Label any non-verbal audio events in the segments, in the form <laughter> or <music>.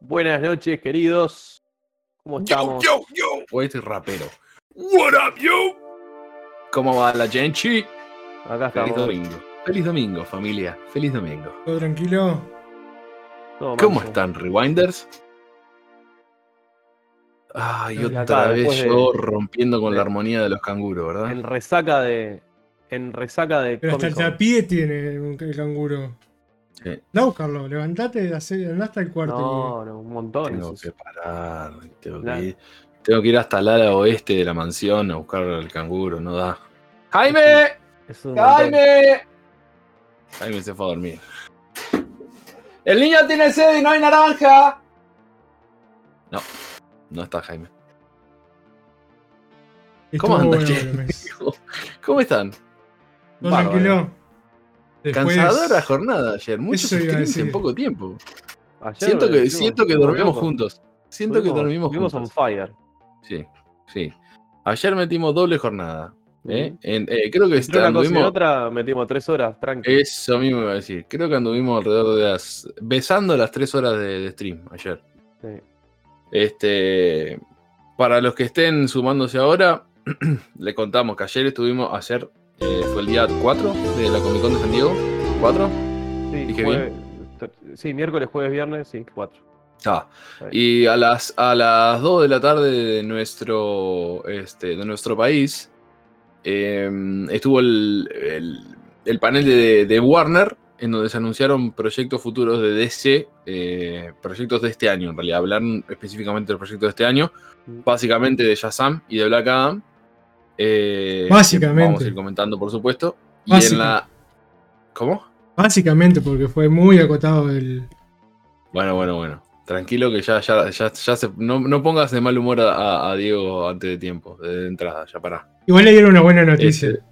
Buenas noches, queridos. ¿Cómo estamos? Yo, yo, yo. Hoy soy este rapero. What up, yo? ¿Cómo va la gente? Acá Feliz estamos. domingo. Feliz domingo, familia. Feliz domingo. ¿Todo tranquilo? Todo ¿Cómo manso. están, Rewinders? Ay, Y otra acá, vez después de- yo rompiendo con de- la armonía de los canguros, ¿verdad? En resaca de. En resaca de. Pero hasta el Comic-Con. tapié tiene un- el canguro. Sí. No, buscarlo, levantate, y hace- andá hasta el cuarto. No, no, un montón. Tengo eso. que parar. Tengo Claro. que, ir, tengo que ir hasta el ala oeste de la mansión a buscar al canguro, no da. ¡Jaime! Es un montón. ¡Jaime! Jaime se fue a dormir. ¡El niño tiene sed y no hay naranja! No, no está Jaime. Estuvo ¿Cómo andas, bueno che? el <laughs> mes. ¿Cómo están? ¿Todo Bárbaro. tranquilo? Después- Cansadora jornada ayer, muchos Eso iba a streams en decir. poco tiempo. Ayer Siento que, estuvimos- siento que estuvimos dormimos locos. juntos. Siento que Estuvimos- dormimos estuvimos juntos. on fire. Sí, sí. Ayer metimos doble jornada. ¿eh? Ujú. En- eh, creo que Entre una cosa y anduvimos. otra metimos tres horas, tranqui. Eso mismo iba a decir. Creo que anduvimos alrededor de las. besando las tres horas de, de stream ayer. Sí. Este. Para los que estén sumándose ahora, <clears throat> le contamos que ayer estuvimos. Ayer eh, fue el día 4 de la Comic Con de San Diego. ¿4? Sí, Dije jueves- sí, miércoles, jueves, viernes, sí, cuatro. Ah, y a las, a las 2 de la tarde de nuestro, este, de nuestro país eh, estuvo el, el- el panel de, de Warner en donde se anunciaron proyectos futuros de DC, eh, proyectos de este año en realidad, hablaron específicamente del proyecto de este año, básicamente de Shazam y de Black Adam. eh, que Básicamente. Vamos a ir comentando, por supuesto. Y Básica- en la... ¿Cómo? Básicamente porque fue muy acotado el... Bueno, bueno, bueno. Tranquilo que ya, ya, ya, ya se- no, no pongas de mal humor a, a- a Diego antes de tiempo, de entrada, ya pará. Igual le dieron una buena noticia. Este,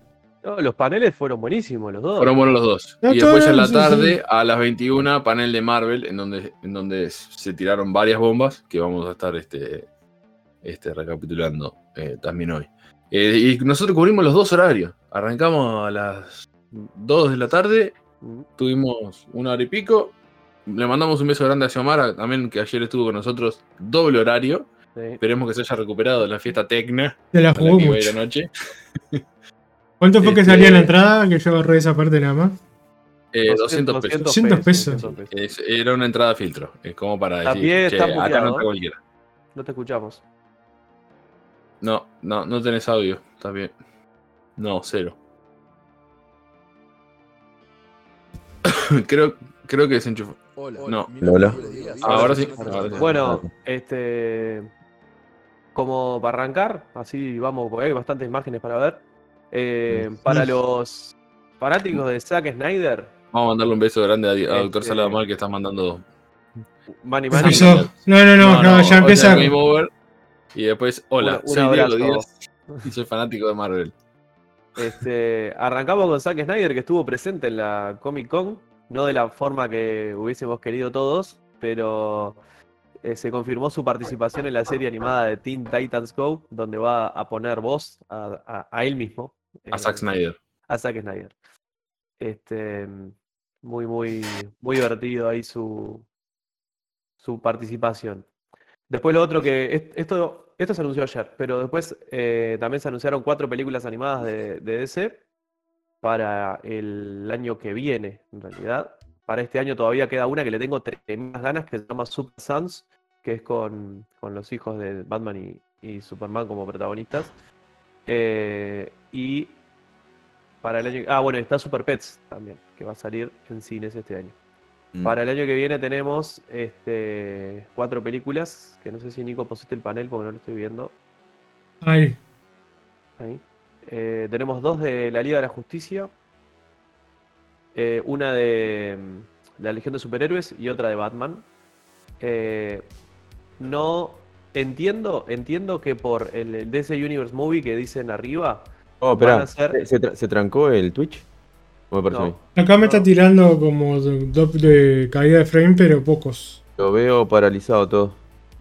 No, los paneles fueron buenísimos, los dos. fueron buenos los dos. No, y después ya en la está bien, sí, tarde, a las 21, panel de Marvel, en donde, en donde se tiraron varias bombas que vamos a estar este, este, recapitulando eh, también hoy. Eh, y nosotros cubrimos los dos horarios. Arrancamos a las 2 de la tarde Mm. Tuvimos una hora y pico. Le mandamos un beso grande a Xiomara, también que ayer estuvo con nosotros doble horario. Sí. Esperemos que se haya recuperado de la fiesta tecna Se la a la jugó que iba a ir mucho. anoche. ¿Cuánto fue que Este- salía la entrada? Que yo agarré esa parte nada más. Eh, 200 pesos. Eh. 200 pesos. 200 pesos. Es- era una entrada filtro. Es como para Está decir, bien, "Che, está acá muteado, no está ¿eh?" cualquiera. No te escuchamos. No, no, no tenés audio. Está bien. No, cero. <coughs> creo, creo que desenchufó. Hola. No. Mi nombre Hola. es Julio Díaz. Ahora Ahora sí, sí. ahora sí. Bueno, este. Como para arrancar, así vamos, porque hay bastantes imágenes para ver. eh, para los fanáticos de Zack Snyder, Vamos a mandarle un beso grande a, Di- a Doctor Este- Salamal que está mandando Manny Manny, Empezó. Empezó. No, no, no, no, ya o sea, empezaron. Game Over, y después, hola, Un- un soy Diego abrazo. Díaz y soy fanático de Marvel. este, arrancamos con Zack Snyder, que estuvo presente en la Comic Con, no de la forma que hubiésemos querido todos, pero eh, se confirmó su participación en la serie animada de Teen Titans Go, donde va a poner voz a, a- a él mismo. A eh, Zack Snyder. a Zack Snyder. Este, muy, muy, muy divertido ahí su, su participación. Después lo otro que es- esto, esto se anunció ayer, pero después eh, también se anunciaron cuatro películas animadas de, de DC para el año que viene, en realidad. Para este año todavía queda una que le tengo tremendas ganas, que se llama Super Sons, que es con, con los hijos de Batman y, y Superman como protagonistas. Eh, y para el año Ah, bueno, está Super Pets también, que va a salir en cines este año. Mm. Para el año que viene tenemos este, cuatro películas, que no sé si Nico pusiste el panel porque no lo estoy viendo. Ay, Ahí. Eh, tenemos dos de la Liga de la Justicia, eh, una de mm, la Legión de Superhéroes y otra de Batman. Eh, no entiendo, entiendo que por el el DC Universe Movie que dicen arriba, Oh, van espera, a ser- ¿se, tra- se trancó el Twitch? ¿Cómo me parece a mí? no, acá me está tirando como de, de caída de frame, pero pocos. Lo veo paralizado todo.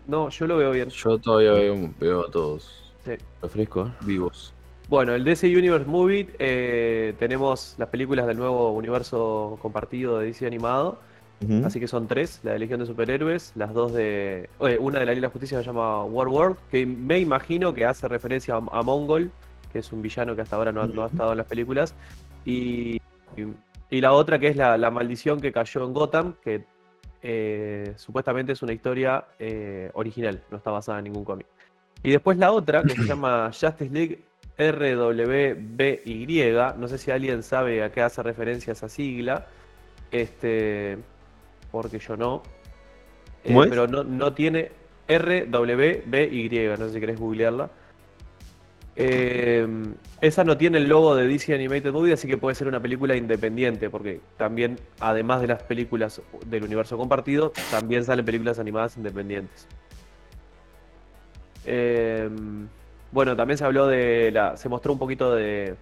no, yo lo veo bien. Yo todavía veo, veo a todos Sí. Lo ofrezco, ¿eh? vivos. Bueno, el DC Universe Movie eh, tenemos las películas del nuevo universo compartido de DC animado Ujú. Así que son tres, la de Legión de Superhéroes, las dos de... oye, una de la Liga de la Justicia se llama War World, que me imagino que hace referencia a, a Mongol, que es un villano que hasta ahora no ha, no ha estado en las películas. Y, y, y la otra que es la, la maldición que cayó en Gotham, que eh, supuestamente es una historia eh, original, no está basada en ningún cómic. Y después la otra, que se llama Justice League RWBY, no sé si alguien sabe a qué hace referencia esa sigla. Este, porque yo no. Eh, ¿Cómo es? Pero no, no tiene RWBY, no sé si querés googlearla. Eh, esa no tiene el logo de DC Animated Movie, así que puede ser una película independiente, porque también, además de las películas del universo compartido, también salen películas animadas independientes. Eh, bueno, también se habló de la. Se mostró un poquito de,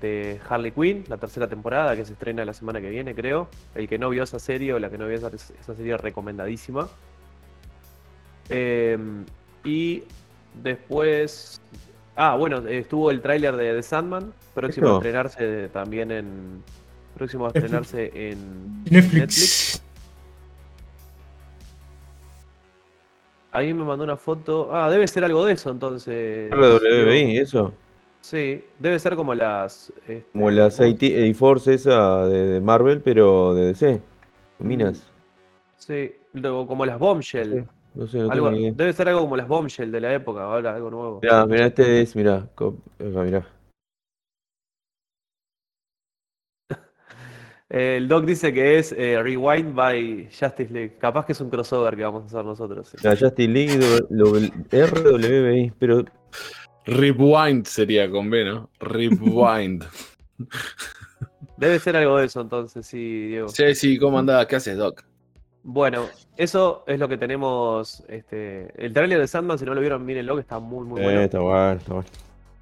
de Harley Quinn, la tercera temporada, que se estrena la semana que viene, creo. El que no vio esa serie o la que no vio esa, esa serie recomendadísima. Eh, y después. Ah, bueno, estuvo el tráiler de The Sandman, próximo a Eso. estrenarse también en. Próximo a Netflix. estrenarse en Netflix. Ahí me mandó una foto. Ah, debe ser algo de eso entonces. RWBI, eso. Sí, debe ser como las. este, Como la A-Force esa de, de Marvel, pero de DC. Minas. Sí, luego como las bombshell. No sé, no Algo- tengo ni idea. debe ser algo como las bombshell de la época, ahora algo nuevo. Mirá, mirá, este es, mirá. cop- acá, mirá. Eh, el doc dice que es eh, Rewind by Justice League. Capaz que es un crossover que vamos a hacer nosotros. sí. La Justice League do- do- RWBI, pero eh, Rewind sería con B, ¿no? <laughs> Rewind. Debe ser algo de eso entonces, sí, Diego. sí, sí, ¿cómo andás? ¿Qué haces, Doc? Bueno, eso es lo que tenemos. Este, el tráiler de Sandman, si no lo vieron, mírenlo, que está muy, muy Eh, bueno. está bueno, está bueno.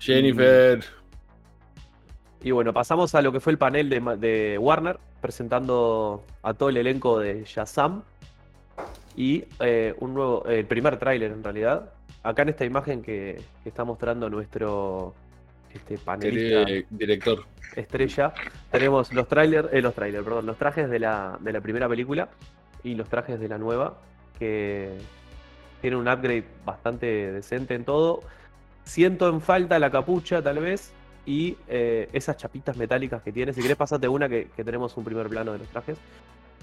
Jennifer. Mm, Y bueno, pasamos a lo que fue el panel de, Ma- de Warner, presentando a todo el elenco de Shazam. Y eh, un nuevo, el primer tráiler en realidad. Acá en esta imagen que, que está mostrando nuestro este, panelista Tele- director. estrella, tenemos los trailers, los trailers, perdón, los trajes de la, de la primera película y los trajes de la nueva, que tienen un upgrade bastante decente en todo. Siento en falta la capucha, tal vez, y eh, esas chapitas metálicas que tiene. Si querés, pasate una que, que tenemos un primer plano de los trajes.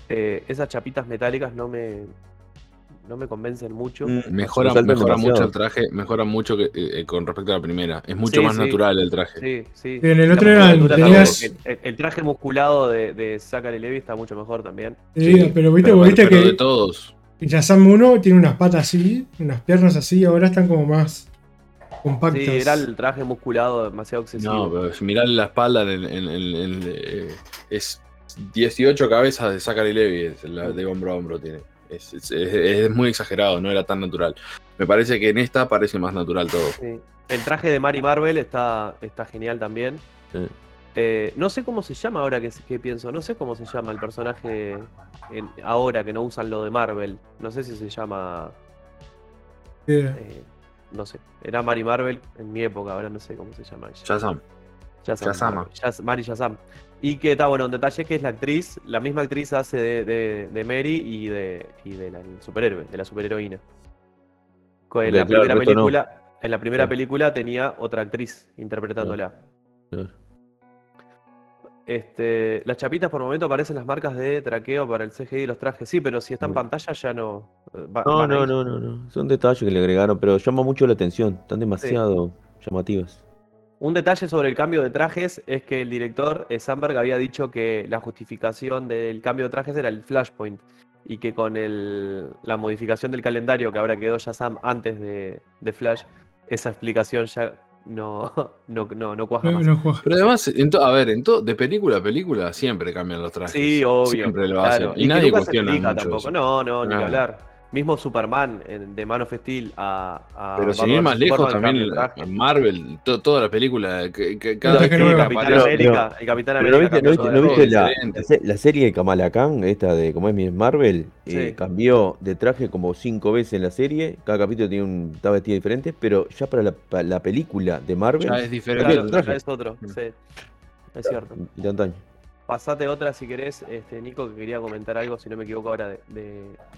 Eh, esas chapitas metálicas no me, no me convencen mucho. Mm, Mm. Mejora, Resaltan mejora demasiado. mucho el traje, mejora mucho que- eh, eh, con respecto a la primera. Es mucho Sí, más sí. natural el traje. Sí, sí. En el La otro era el- musculatura tenías- también. el, el- el traje musculado de, de Zachary Levi está mucho mejor también. Sí, pero viste, pero, vos viste pero de que todos. Shazam 1 tiene unas patas así, unas piernas así, ahora están como más compactas. Sí, era el traje musculado demasiado excesivo. No, pero mirar la espalda en, el- en- en- en- eh, es 18 cabezas de Zachary Levy, es la de hombro a hombro tiene. Es, es- es- es muy exagerado, no era tan natural. Me parece que en esta parece más natural todo. Sí. El traje de Mary Marvel está, está genial también. Sí. Eh, no sé cómo se llama ahora que, que pienso, no sé cómo se llama el personaje en- ahora que no usan lo de Marvel. No sé si se llama, Sí. eh, no sé, era Mary Marvel en mi época, ahora no sé cómo se llama ella. Shazam. Shazam, Shazama. Marvel. Shaz- Mary Shazam. Y que está bueno, un detalle es que es la actriz, la misma actriz hace de, de- de Mary y de, y de la del superhéroe, de la superheroína. Co- En De- la claro, primera el resto no. película, en la primera Claro. película tenía otra actriz interpretándola. Claro. Este, las chapitas por momento parecen las marcas de traqueo para el CGI de los trajes. Sí, pero si está en Bueno. pantalla ya no. eh, va- Mm. No, van a no, ir. no, no, no. Son detalles que le agregaron, pero llama mucho la atención. Están demasiado llamativas. Un detalle sobre el cambio de trajes es que el director eh, Sandberg había dicho que la justificación del cambio de trajes era el Flashpoint y que con el- la modificación del calendario que ahora quedó Shazam antes de, de Flash, esa explicación ya no, <laughs> no, no, no cuaja No, más. no juega. Pero además, en to- a ver, en to- de película a película siempre cambian los trajes. Sí, obvio. Siempre lo claro. hacen. Y, que nadie nunca se cuestiona explica mucho tampoco. eso. No, no, ni que Claro. hablar. Mismo Superman en- de Man of Steel a. a Pero sin Batman- ir más lejos, Superman también cambia de traje. en Marvel, to- toda la película, que, que cada Pero vez es que que no el veo. Capitán Pero- aparece, América, el Capitán Pero no América viste, no cambió viste- todo no de todo, viste ropa. la, diferente. la se- la serie de Kamala Khan, esta de cómo es Miss Marvel, eh, Sí. cambió de traje como cinco veces en la serie. Cada capítulo tiene un, estaba vestida diferente, pero ya para la, para la película de Marvel, ya es diferente. Claro, el traje. ya es otro, sí. Es cierto. y tanto año. Pasate otra si querés, este, Nico, que quería comentar algo, si no me equivoco ahora, de, de,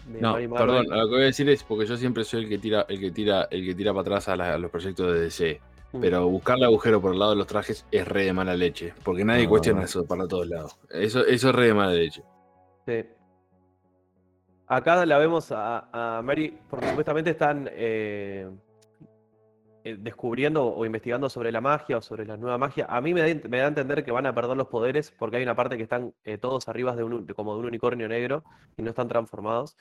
de No, Mary Marvel. perdón, lo que voy a decir es porque yo siempre soy el que tira, el que tira, el que tira para atrás a, la- a los proyectos de DC. Mm. Pero buscar el agujero por el lado de los trajes es re de mala leche. Porque nadie Ah. cuestiona eso para todos lados. Eso, eso es re de mala leche. Sí. Acá la vemos a, a Mary, porque supuestamente están eh, eh, descubriendo o investigando sobre la magia o sobre la nueva magia. A mí me da, me da a entender que van a perder los poderes porque hay una parte que están eh, todos arriba de un, un- como de un unicornio negro y no están transformados.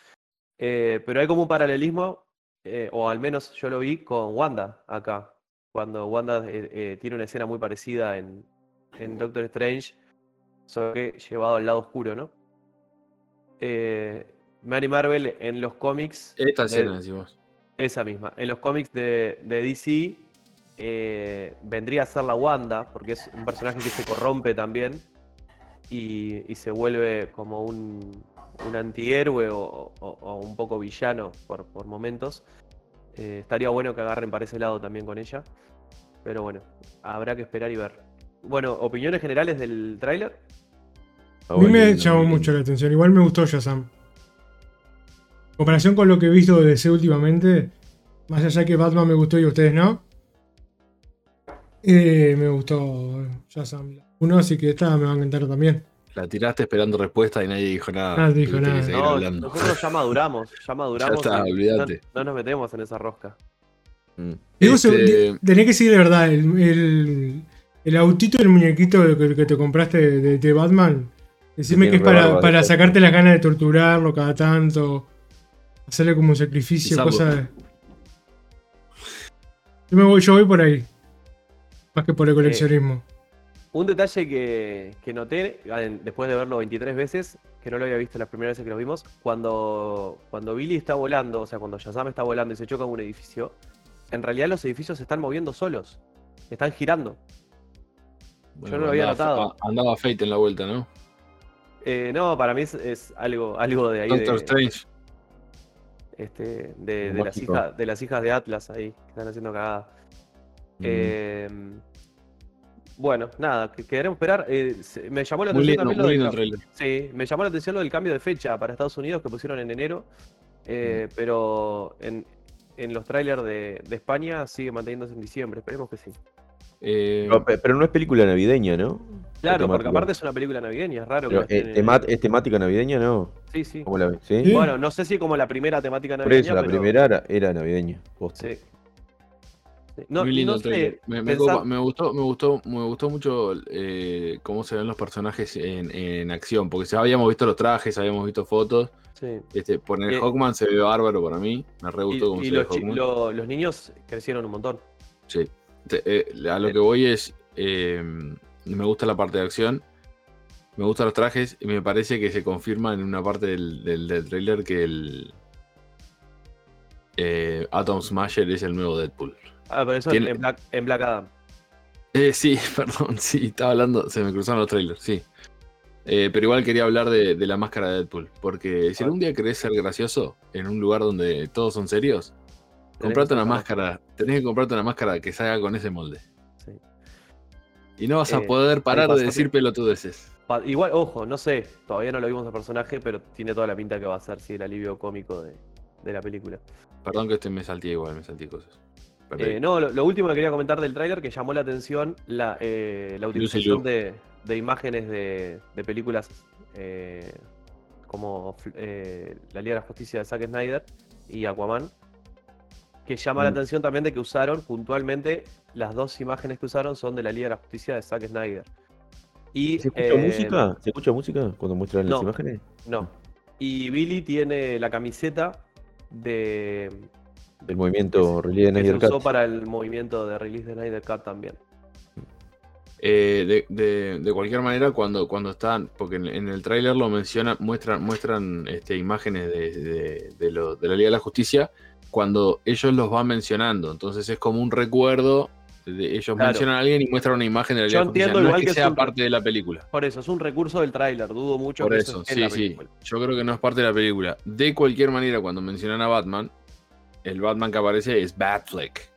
Eh, pero hay como un paralelismo, eh, o al menos yo lo vi con Wanda acá, cuando Wanda eh, eh, tiene una escena muy parecida en, en Doctor Strange, solo que llevado al lado oscuro, ¿no? eh, Mary Marvel en los cómics, Esta De- escena decimos. esa misma, en los cómics de, de DC eh, vendría a ser la Wanda, porque es un personaje que se corrompe también y, y se vuelve como un, un antihéroe o, o- o un poco villano por, por momentos. Eh, estaría bueno que agarren para ese lado también con ella, pero bueno, habrá que esperar y ver. Bueno, opiniones generales del tráiler. A mí me llamó mucho la atención. Igual me gustó Shazam. En comparación con lo que he visto de DC últimamente, más allá que Batman me gustó y ustedes no, eh, me gustó Shazam. Uno, así que esta me va a encantar también. La tiraste esperando respuesta y nadie dijo nada. Nadie dijo Tuviste que nada. seguir No, hablando. nosotros ya maduramos, ya maduramos. <laughs> Ya está, y olvídate. No, no nos metemos en esa rosca. Mm. Digo, Este- se- tenés que decir de verdad, el, el, el autito, el muñequito que, que te compraste de, de Batman, decime Que tiene que es una para, barba para de coco. sacarte las ganas de torturarlo cada tanto, hacerle como un sacrificio, Pisarlo. cosas de... Yo, me voy, yo voy por ahí, más que por el coleccionismo. Un detalle que, que noté, en- después de verlo 23 veces, que no lo había visto las primeras veces que lo vimos, cuando, cuando Billy está volando, o sea, cuando Shazam está volando y se choca con un edificio, en realidad los edificios se están moviendo solos, están girando. Bueno, no lo había andaba- notado. a- Andaba Fate en la vuelta, ¿no? Eh, no, para mí es, es algo, algo de ahí, Doctor de, Strange. este, de, Un de las mágico. hijas, de las hijas de Atlas ahí, que están haciendo cagada. Mm. Eh, bueno, nada, que- quedaremos esperar. Eh, se- me llamó la Muy atención también lindo, lo muy del lindo cam- trailer. Sí, me llamó la atención lo del cambio de fecha para Estados Unidos que pusieron en enero. Mm. eh, Pero en, en los trailers de, de España sigue manteniéndose en diciembre, esperemos que sí. Eh, Pero, pe- pero no es película navideña, ¿no? Claro, temática. porque aparte es una película navideña, es raro que Pero, no eh, estén en tema- enero. ¿Es temática navideña, no? Sí, sí. ¿Cómo la ves? ¿Sí? Sí. Bueno, no sé si como la primera temática Por navideña, eso, la pero- primera era, era navideña. posta. Sí. Sí. No, Muy lindo no el sé, trailer. Me, me pensar- copa- me gustó, me gustó, me gustó mucho eh, cómo se ven los personajes en, en acción, porque ya habíamos visto los trajes, habíamos visto fotos. sí. Este, por el Eh, Hawkman se ve bárbaro para mí. Me re Y, gustó cómo y se ve los, chi- Hawkman. lo- los niños crecieron un montón. Sí. Te- eh, a lo que voy es. eh, me gusta la parte de acción. Me gustan los trajes. Y me parece que se confirma en una parte del, del, del trailer que el. eh, Atom Smasher es el nuevo Deadpool. Ah, pero eso Tiene- en, Black, en Black Adam. Eh, sí, <laughs> perdón, sí, estaba hablando, se me cruzaron los trailers, sí. Eh, pero igual quería hablar de, de la máscara de Deadpool, porque si Ah. algún día querés ser gracioso en un lugar donde todos son serios, que comprate una usarla. máscara, tenés que comprarte una máscara que salga con ese molde. Sí. Y no vas a Eh, poder parar pasate. de decir pelotudeces. Pa- Igual, ojo, no sé, todavía no lo vimos al personaje, pero tiene toda la pinta que va a ser, sí, el alivio cómico de, de la película. Perdón que este me salté igual, me salté cosas. Perdí. Eh, no, lo, lo último que quería comentar del tráiler que llamó la atención la, eh, la utilización Liu. de, de imágenes de, de películas eh, como fl- eh, La Liga de la Justicia de Zack Snyder y Aquaman, que llama la Mm. atención también de que usaron puntualmente las dos imágenes que usaron son de La Liga de la Justicia de Zack Snyder. Y, ¿Se escucha eh, música? ¿Se escucha música cuando muestran las no. imágenes? No. Y Billy tiene la camiseta de El movimiento Relay de que se Snyder usó Cut. para el movimiento de release de Snyder Cut también. Eh, de, de- de cualquier manera, cuando, cuando están, porque en, en el tráiler lo mencionan, muestran, muestran este, imágenes de, de- de lo- de la Liga de la Justicia, cuando ellos los van mencionando. Entonces es como un recuerdo, de, ellos Claro. mencionan a alguien y muestran una imagen de la Yo Liga de la Justicia. entiendo No igual es que, que es sea un- parte de la película. Por eso, es un recurso del tráiler, dudo mucho Por que eso, esté en sí, la sí. película. Yo creo que no es parte de la película. De cualquier manera, cuando mencionan a Batman, el Batman que aparece es Batfleck.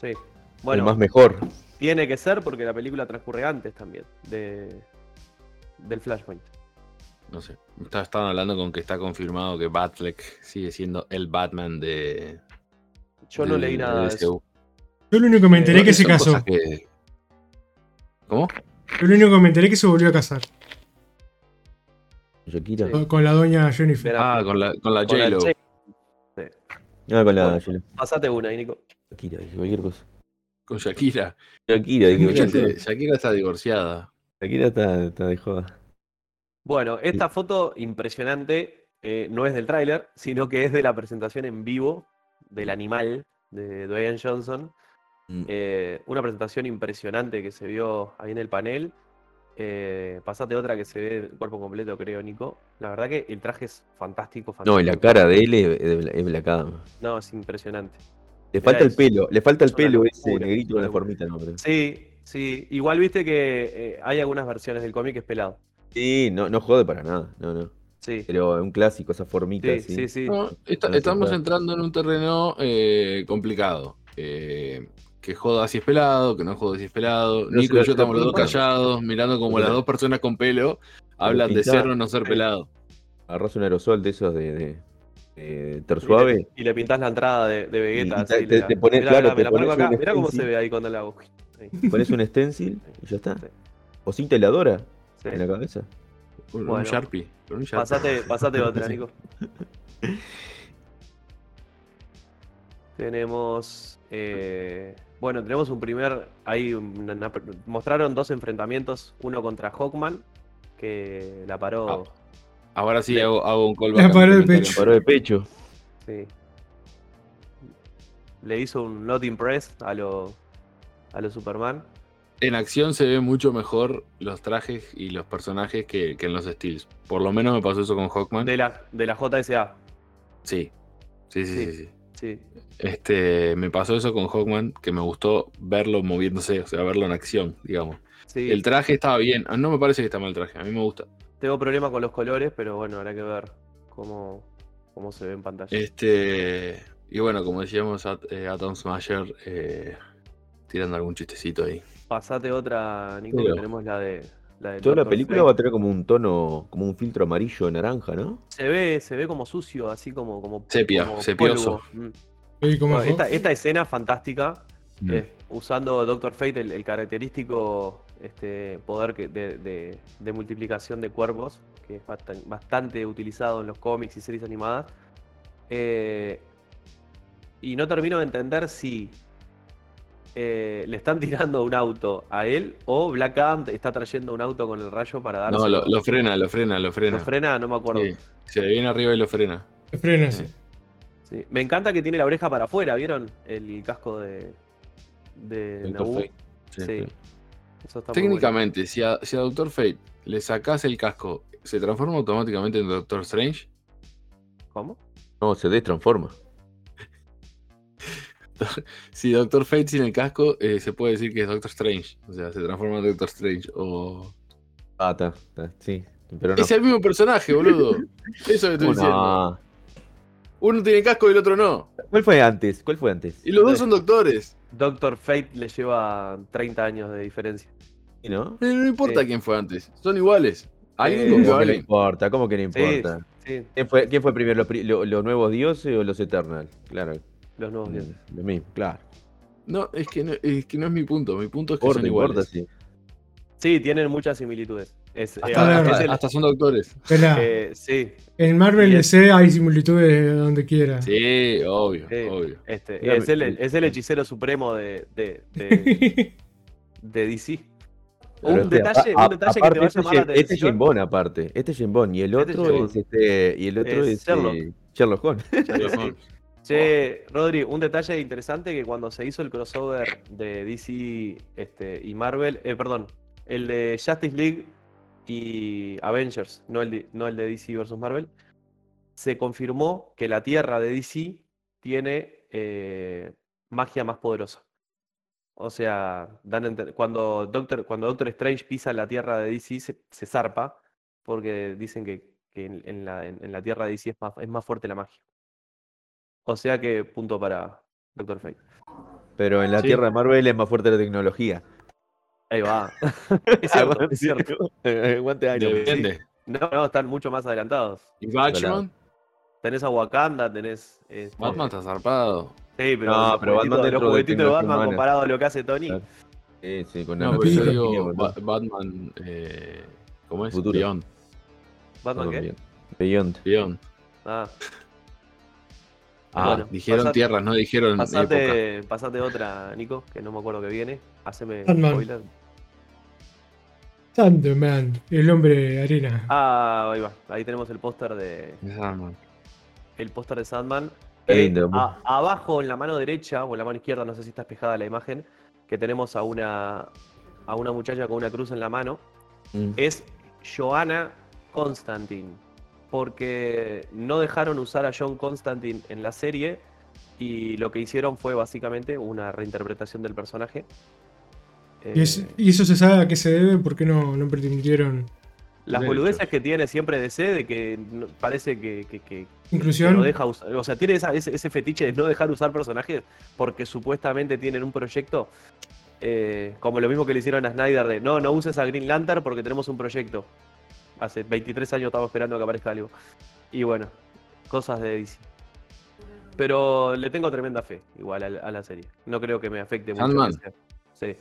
Sí. El más Bueno, mejor. tiene que ser porque la película transcurre antes también de, del Flashpoint. No sé. Está- Estaban hablando con que está confirmado que Batfleck sigue siendo el Batman de. Yo no del- leí del nada de eso. DCU. Yo lo único que me enteré Eh, que se Son casó. cosas que- ¿Cómo? Yo lo único que me enteré que se volvió a casar. Shakira. Sí. Con, con la doña Jennifer. Era- Ah, con la, con la con la J-Lo. J- Ah, con la Bueno. Pasate una ahí, Nico. Shakira, dije cualquier cosa. Con Shakira. Shakira, dije Shakira, cualquier se- cosa. Shakira está divorciada. Shakira está, está de joda. Bueno, esta foto impresionante eh, no es del tráiler, sino que es de la presentación en vivo del animal de Dwayne Johnson. Mm. Eh, una presentación impresionante que se vio ahí en el panel. Eh, pasate otra que se ve el cuerpo completo, creo, Nico. La verdad que el traje es fantástico, fantástico. No, y la cara de él es, es Bla- es Black Adam. No, es impresionante. Le falta el es- pelo, le falta el es una pelo locura, ese negrito con una la locura. formita, no, pero- Sí, sí. Igual viste que eh, hay algunas versiones del cómic que es pelado. Sí, no, no jode para nada, no, no. Sí, Pero es un clásico, esa formita sí, así. sí, sí. No, está- Ah, sí, estamos claro. entrando en un terreno eh, complicado. Eh, que joda si es pelado, que no joda si es pelado. Nico Pero se y lo- yo se lo estamos los dos pintaron. callados, mirando como Pero- las dos personas con pelo hablan de pintaron. ser o no ser pelado. Agarrás un aerosol de esos de, de, de ter suave. Y le pintás la entrada de, de Vegeta. Y te- así, te- la- te pones- mirá, claro, mirá, me te la pongo pones acá. un Mirá cómo se stencil. ve ahí cuando la hago. Ahí. <laughs> Pones un stencil y ya está. Sí. O cinta heladora Sí. en la cabeza. Un- Un Bueno. Sharpie. con un Sharpie. Pasate, pasate otra, <laughs> Nico. tenemos. eh, bueno, tenemos un primer. Ahí una- una- mostraron dos enfrentamientos: uno contra Hawkman, que la paró. Ah, Ah. Ahora sí hago, hago un callback. La a mi paró el comentario. pecho. Paró de pecho. Sí. Le hizo un not impressed a lo, a lo Superman. En acción se ve mucho mejor los trajes y los personajes que, que en los steals. Por lo menos me pasó eso con Hawkman. De la, de la JSA. Sí. Sí, sí, Sí. sí, sí. Sí. Este, me pasó eso con Hawkman, que me gustó verlo moviéndose, o sea, verlo en acción, digamos. sí. El traje estaba bien. Ah, No me parece que está mal el traje, a mí me gusta. Tengo problema con los colores, pero bueno, habrá que ver cómo, cómo se ve en pantalla. Este, y bueno, como decíamos, At- eh, Atom Smasher eh, tirando algún chistecito ahí. Pasate otra, Nico, Pero- que tenemos la de. La de Toda la Doctor película va a tener como un tono, como un filtro amarillo naranja, ¿no? Strange. Se ve, se ve como sucio, así como. como Sepia, como sepioso. polvo. Mm. Sí, como Bueno, esta, esta escena fantástica, Mm. eh, usando Doctor Fate, el, el característico este, poder que- de, de- de multiplicación de cuerpos, que es bastan- bastante utilizado en los cómics y series animadas. Eh, y no termino de entender si eh, le están <laughs> tirando un auto a él o Black Adam está trayendo un auto con el rayo para darse. No, lo, lo frena, lo frena, lo ¿Lo frena. frena? No me acuerdo. Sí, se le viene arriba y lo frena. Te frenas. Eh, Sí. Sí. Me encanta que tiene la oreja para afuera, ¿vieron? El casco de, de Doctor Naboo. Fate. Sí. Eso está muy bueno. Técnicamente, si, a, si a Doctor Fate le sacas el casco, ¿se transforma automáticamente en Doctor Strange? ¿Cómo? No, se destransforma. Si Doctor Fate sin el casco, eh, se puede decir que es Doctor Strange. O sea, se transforma en Doctor Strange. O... Ah, está, está, sí. Pero no. Es el mismo personaje, boludo. Eso que estoy ¿Cómo diciendo. no? Uno tiene casco y el otro no. ¿Cuál fue antes? ¿Cuál fue antes? Y los dos son doctores. Doctor Fate le lleva 30 años de diferencia. Sí, ¿No? Eh, Eh, No importa Sí. quién fue antes. Son iguales. Alguien ¿Cómo copió a que no alguien. importa? ¿Cómo que no importa? Sí, ¿Quién fue, quién fue primero? ¿Los, pri- lo- los nuevos dioses o los Eternal? Claro, los Mm. nuevos dioses. lo mismo, claro. No, es que no, es que no es mi punto. Mi punto es que Importa, son importa, iguales. sí. Sí, tienen muchas similitudes. Es, eh, Hasta, es hasta- el- hasta son doctores. Esperá, eh, sí, en Marvel y el- DC hay similitudes donde quiera. <laughs> Sí, obvio, Sí. <laughs> obvio. este, Mira, es, el, me- es el hechicero supremo de, de, <laughs> de- de DC. Pero, Un este, detalle, a- a- un detalle que te va a aparte, llamar la este es- Este es Jim atención. Bond, aparte. Este es Jim Bond. Y el Este es otro Jim es, este. Y el otro Es es, eh, Sherlock. Sherlock Holmes. <laughs> Sherlock Holmes. Che, Rodri, un detalle interesante que cuando se hizo el crossover de DC este, y Marvel, eh, perdón, el de Justice League y Avengers, no el de, no el de DC versus Marvel, se confirmó que la Tierra de DC tiene eh, magia más poderosa. O sea, dan a ente- cuando, Doctor, cuando Doctor Strange pisa la Tierra de DC se, se zarpa, porque dicen que, que en, en la, en- en la Tierra de DC es más, es más fuerte la magia. O sea que punto para Doctor Fate. Pero en la <laughs> Sí. tierra de Marvel es más fuerte la tecnología. Ahí <laughs> va. <laughs> es cierto, es cierto. Aguante Iron Man. Depende. No, no, están mucho más adelantados. ¿Y Batman? Tenés a Wakanda, tenés. este, Batman está zarpado. Sí, pero, No, los pero Batman juguetitos- dentro los de juguetitos de tecnología Batman humana. comparado a lo que hace Tony. Claro. Sí, sí, con No, nano- pero yo sí, digo Beyond. Ba- Batman. Eh, ¿Cómo es? Futuro. Beyond. ¿Batman qué? Beyond. Beyond. Ah, Ah, Bueno, dijeron pasate- tierras, no dijeron época. pasate, pasate otra, Nico, que no me acuerdo que viene. Haceme Batman. spoiler. Thunderman, el hombre arena. Ah, ahí va. Ahí tenemos el póster de. Ah, man. El póster de Sandman. Qué Eh, lindo. a- abajo en la mano derecha o en la mano izquierda, no sé si está espejada la imagen, que tenemos a una a una muchacha con una cruz en la mano. Mm. es Joanna Constantine. Porque no dejaron usar a John Constantine en la serie. Y lo que hicieron fue básicamente una reinterpretación del personaje. Y, es- Eh, y eso se sabe a qué se debe, porque no, no permitieron las de boludeces que tiene siempre DC de que no- parece que, que- que- que no inclusión. deja usar. O sea, tiene esa- ese, ese fetiche de no dejar usar personajes porque supuestamente tienen un proyecto. eh, como lo mismo que le hicieron a Snyder de no, no uses a Green Lantern porque tenemos un proyecto. Hace 23 años estamos esperando que aparezca algo. Y bueno, cosas de DC. Pero le tengo tremenda fe igual a, la- a la serie. No creo que me afecte mucho. Sandman. que sea- Sí.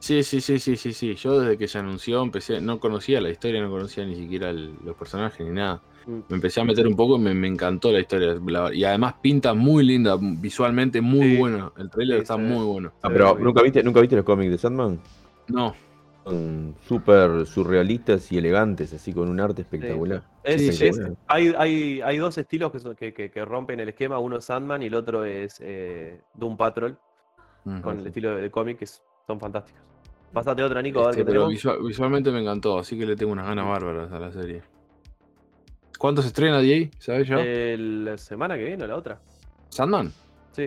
Sí, sí, sí, sí, sí, sí. Yo desde que se anunció empecé, no conocía la historia, no conocía ni siquiera el- los personajes ni nada. Mm. Me empecé a meter un poco y me, me encantó la historia. la- y además pinta muy linda, visualmente muy Sí. bueno. El trailer Sí, está se ve. muy bueno. Ah, pero Sí. ¿nunca viste, ¿nunca viste los cómics de Sandman? No, Son súper surrealistas y elegantes, así con un arte espectacular. Es- Sí, es- seguro. hay, hay- hay dos estilos que, son- que- que- que rompen el esquema. Uno es Sandman y el otro es eh, Doom Patrol. Ujú. con el estilo de, de cómic que es- son fantásticos. Pásate otra, Nico, a ver Este, qué pero tenemos. visua- visualmente me encantó, así que le tengo unas ganas bárbaras a la serie. ¿Cuánto se estrena, DJ? ¿Sabes ya? Eh, La semana que viene o la otra. ¿Sandman? Sí.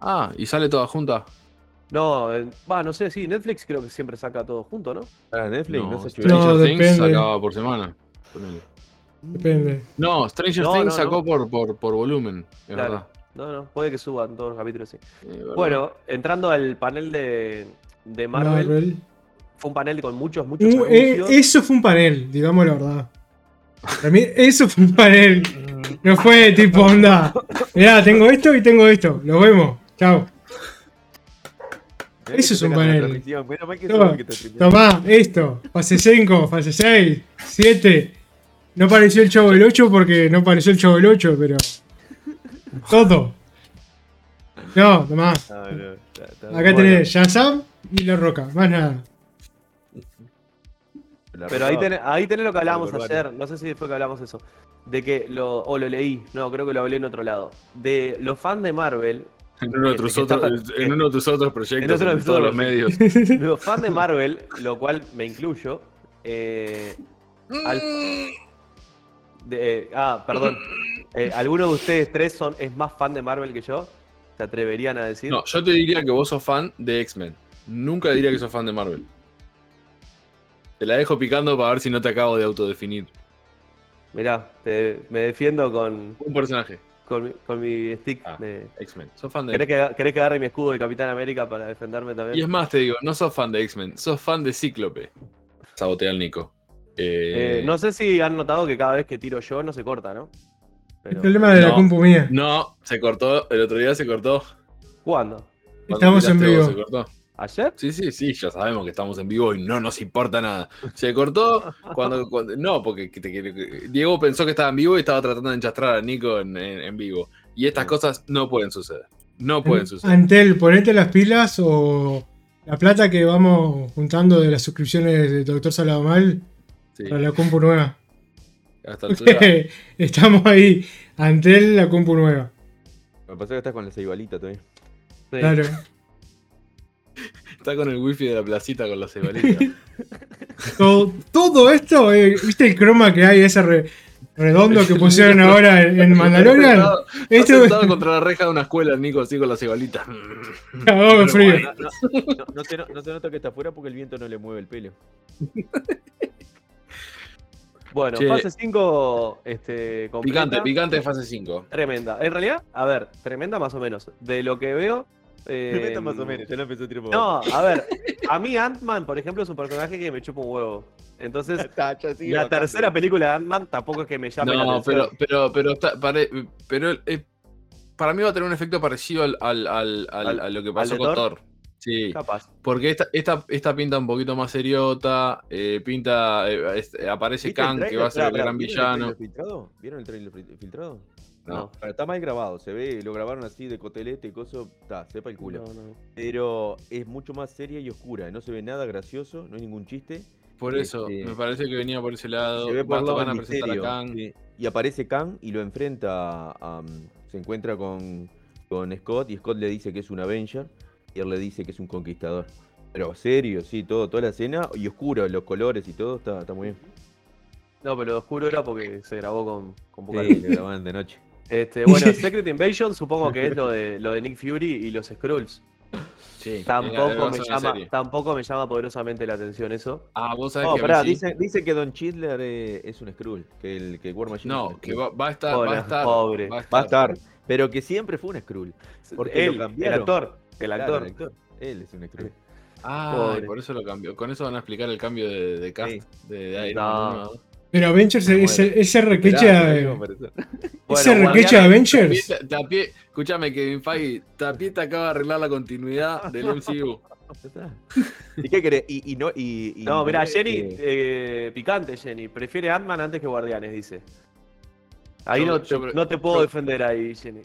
Ah, y sale toda junta. No, eh, va, no sé, sí, Netflix creo que siempre saca todo junto, ¿no? Ah, Netflix, no, sé si- Stranger No, Things depende. sacaba por semana. Ponele. Depende. No, Stranger No, Things no, sacó no. Por, por, por volumen, es Claro. verdad. No, no, puede que suban todos los capítulos, sí. Eh, verdad. Bueno, entrando al panel de, de Marvel, Marvel. fue un panel con muchos, muchos Un- eh, anuncios. eso fue un panel, digamos la verdad. Para mí, eso fue un panel. No fue tipo onda. Mirá, tengo esto y tengo esto. Lo vemos. Chao. Mirá que eso es te un sacan la panel. transmisión, menos mal que Toma, saben que está streameando. Tomá, esto. Fase 5, fase 6, 7. No apareció el chavo del 8 porque no apareció el chavo del 8, pero. Todo. No, tomá. No, no, está- está- Acá tenés Shazam y La Roca. Más nada. La Pero ahí ropa- tenés, ahí tenés lo que hablábamos Barbarie. ayer, no sé si fue que hablamos eso, de que lo, o lo leí, no, creo que lo hablé en otro lado, de los fans de Marvel <laughs> en uno de tus que está- otros, en uno de tus otros proyectos, en otro de mis todos los otros <laughs> medios. Los fan de Marvel, lo cual me incluyo. eh, al- de- eh, ah, perdón. Eh, ¿Alguno de ustedes tres son, es más fan de Marvel que yo? ¿Se atreverían a decir? No, yo te diría que vos sos fan de X-Men. Nunca diría que sos fan de Marvel. Te la dejo picando para ver si no te acabo de autodefinir. Mirá, te- me defiendo con, Un personaje, con, mi- con mi stick. Ah. de- X-Men. Sos fan de ¿Querés, que, aga- querés que agarre mi escudo de Capitán América para defenderme Y es también? más, te digo, no sos fan de X-Men, sos fan de Cíclope. Sabotea al Nico. Eh, Eh, no sé si han notado que cada vez que tiro yo no se corta, ¿no? El Pero- problema de la No. compu mía. no, se cortó, el otro día se cortó. ¿Cuándo? Cuando Estamos en tiraste vos, vivo. se cortó. ¿Ayer? Sí, sí, sí, ya sabemos que estamos en vivo y no nos importa nada. Se cortó <laughs> cuando. cuando- no, porque que te- que- Diego pensó que estaba en vivo y estaba tratando de enchastrar a Nico en, en- en vivo. Y estas cosas no pueden suceder. No pueden suceder. Antel, ponete las pilas o la plata que vamos juntando de las suscripciones de Doctor Salamal Sí, para la compu nueva. hasta el suyo. <laughs> Estamos ahí. Antel, la compu nueva. Lo que pasa es que estás con la ceibalita <laughs> todavía. Sí. Claro. Está con el wifi de la placita con la cebalitas. Todo, todo esto, eh, ¿viste el croma que hay? Ese re- redondo <laughs> que pusieron ahora en, <laughs> en Mandalorian. Está Esto <laughs> sentado contra la reja de una escuela, Nico, así con la cebalita. cagó de frío. No, te, nota que está afuera porque el viento no le mueve el <laughs> pelo. Bueno, Che. fase 5. Este, completa. Picante, picante de fase 5. Tremenda. En realidad, a ver, Em, tremenda más o menos. De lo que veo. eh, ya lo empezó a tirar No, a ver, a mí Ant-Man, por ejemplo, es un personaje que me chupa un huevo. Entonces, Tacho, sí, la bacán. tercera película de Ant-Man tampoco es que me llame la No, atención. pero, pero, pero, está- pare- pero eh, para mí va a tener un efecto parecido al, al- al- al- Al- a lo que al pasó de con Thor. Thor. Sí, Capaz. porque esta, esta, esta pinta un poquito más seriota, eh, pinta, eh, este, aparece ¿Viste el Kang, que trailer? va a ser Pará, el pará, gran ¿vieron el villano. trailer filtrado? ¿Vieron el trailer fil- filtrado? No. Pará, Está mal grabado, se ve, lo grabaron así de cotelete y coso, está, sepa el culo. No, no. Pero es mucho más seria y oscura, no se ve nada gracioso, no hay ningún chiste. Por eso, Este- me parece que venía por ese lado. se ve por Basta, lado van a el presentar a misterio, Kang. sí. Y aparece Kang y lo enfrenta, a- a- se encuentra con, con Scott y Scott le dice que es un Avenger y él le dice que es un conquistador. Pero serio, sí, todo, toda la escena y oscuro, los colores y todo, está, está muy bien. No, pero lo oscuro era porque se grabó con, con poca Sí, luz. lo grababan <laughs> de noche. Este, bueno, Secret Invasion supongo que es lo de, lo de Nick Fury y los Skrulls. Sí, era- era Tampoco me, una llama, serie. tampoco me llama poderosamente la atención eso. Ah, vos sabés No, que a mí pará, sí. dicen, dicen que Don Chidler eh, es un Skrull, que el que War Machine es un No, que Skrull. va, va a estar, va Pobre, a estar. pobre. Va a va a estar. estar, pero que siempre fue un Skrull. Porque lo Él, el cambiaron. actor. El Claro, actor. Él es un Skrull. Ah, Pobre. por eso lo cambió. Con eso van a explicar el cambio de, de cast Sí. de, de Iron No. Man uno a dos. Pero Avengers Bueno. es, es el Esperá, requecha mirá de. que va a aparecer. ¿Es Bueno, el requecha de Guardianes- Avengers? Tapie- Tapie- escúchame, Kevin Feige, Tapie te acaba de arreglar la continuidad del MCU. Ya está. ¿Y qué querés? Y, y no, y, y No, mira, es Jenny, que- eh, picante Jenny, prefiere Ant-Man antes que Guardianes, dice. Ahí Yo- no, yo pre- no te puedo yo- defender ahí, Jenny.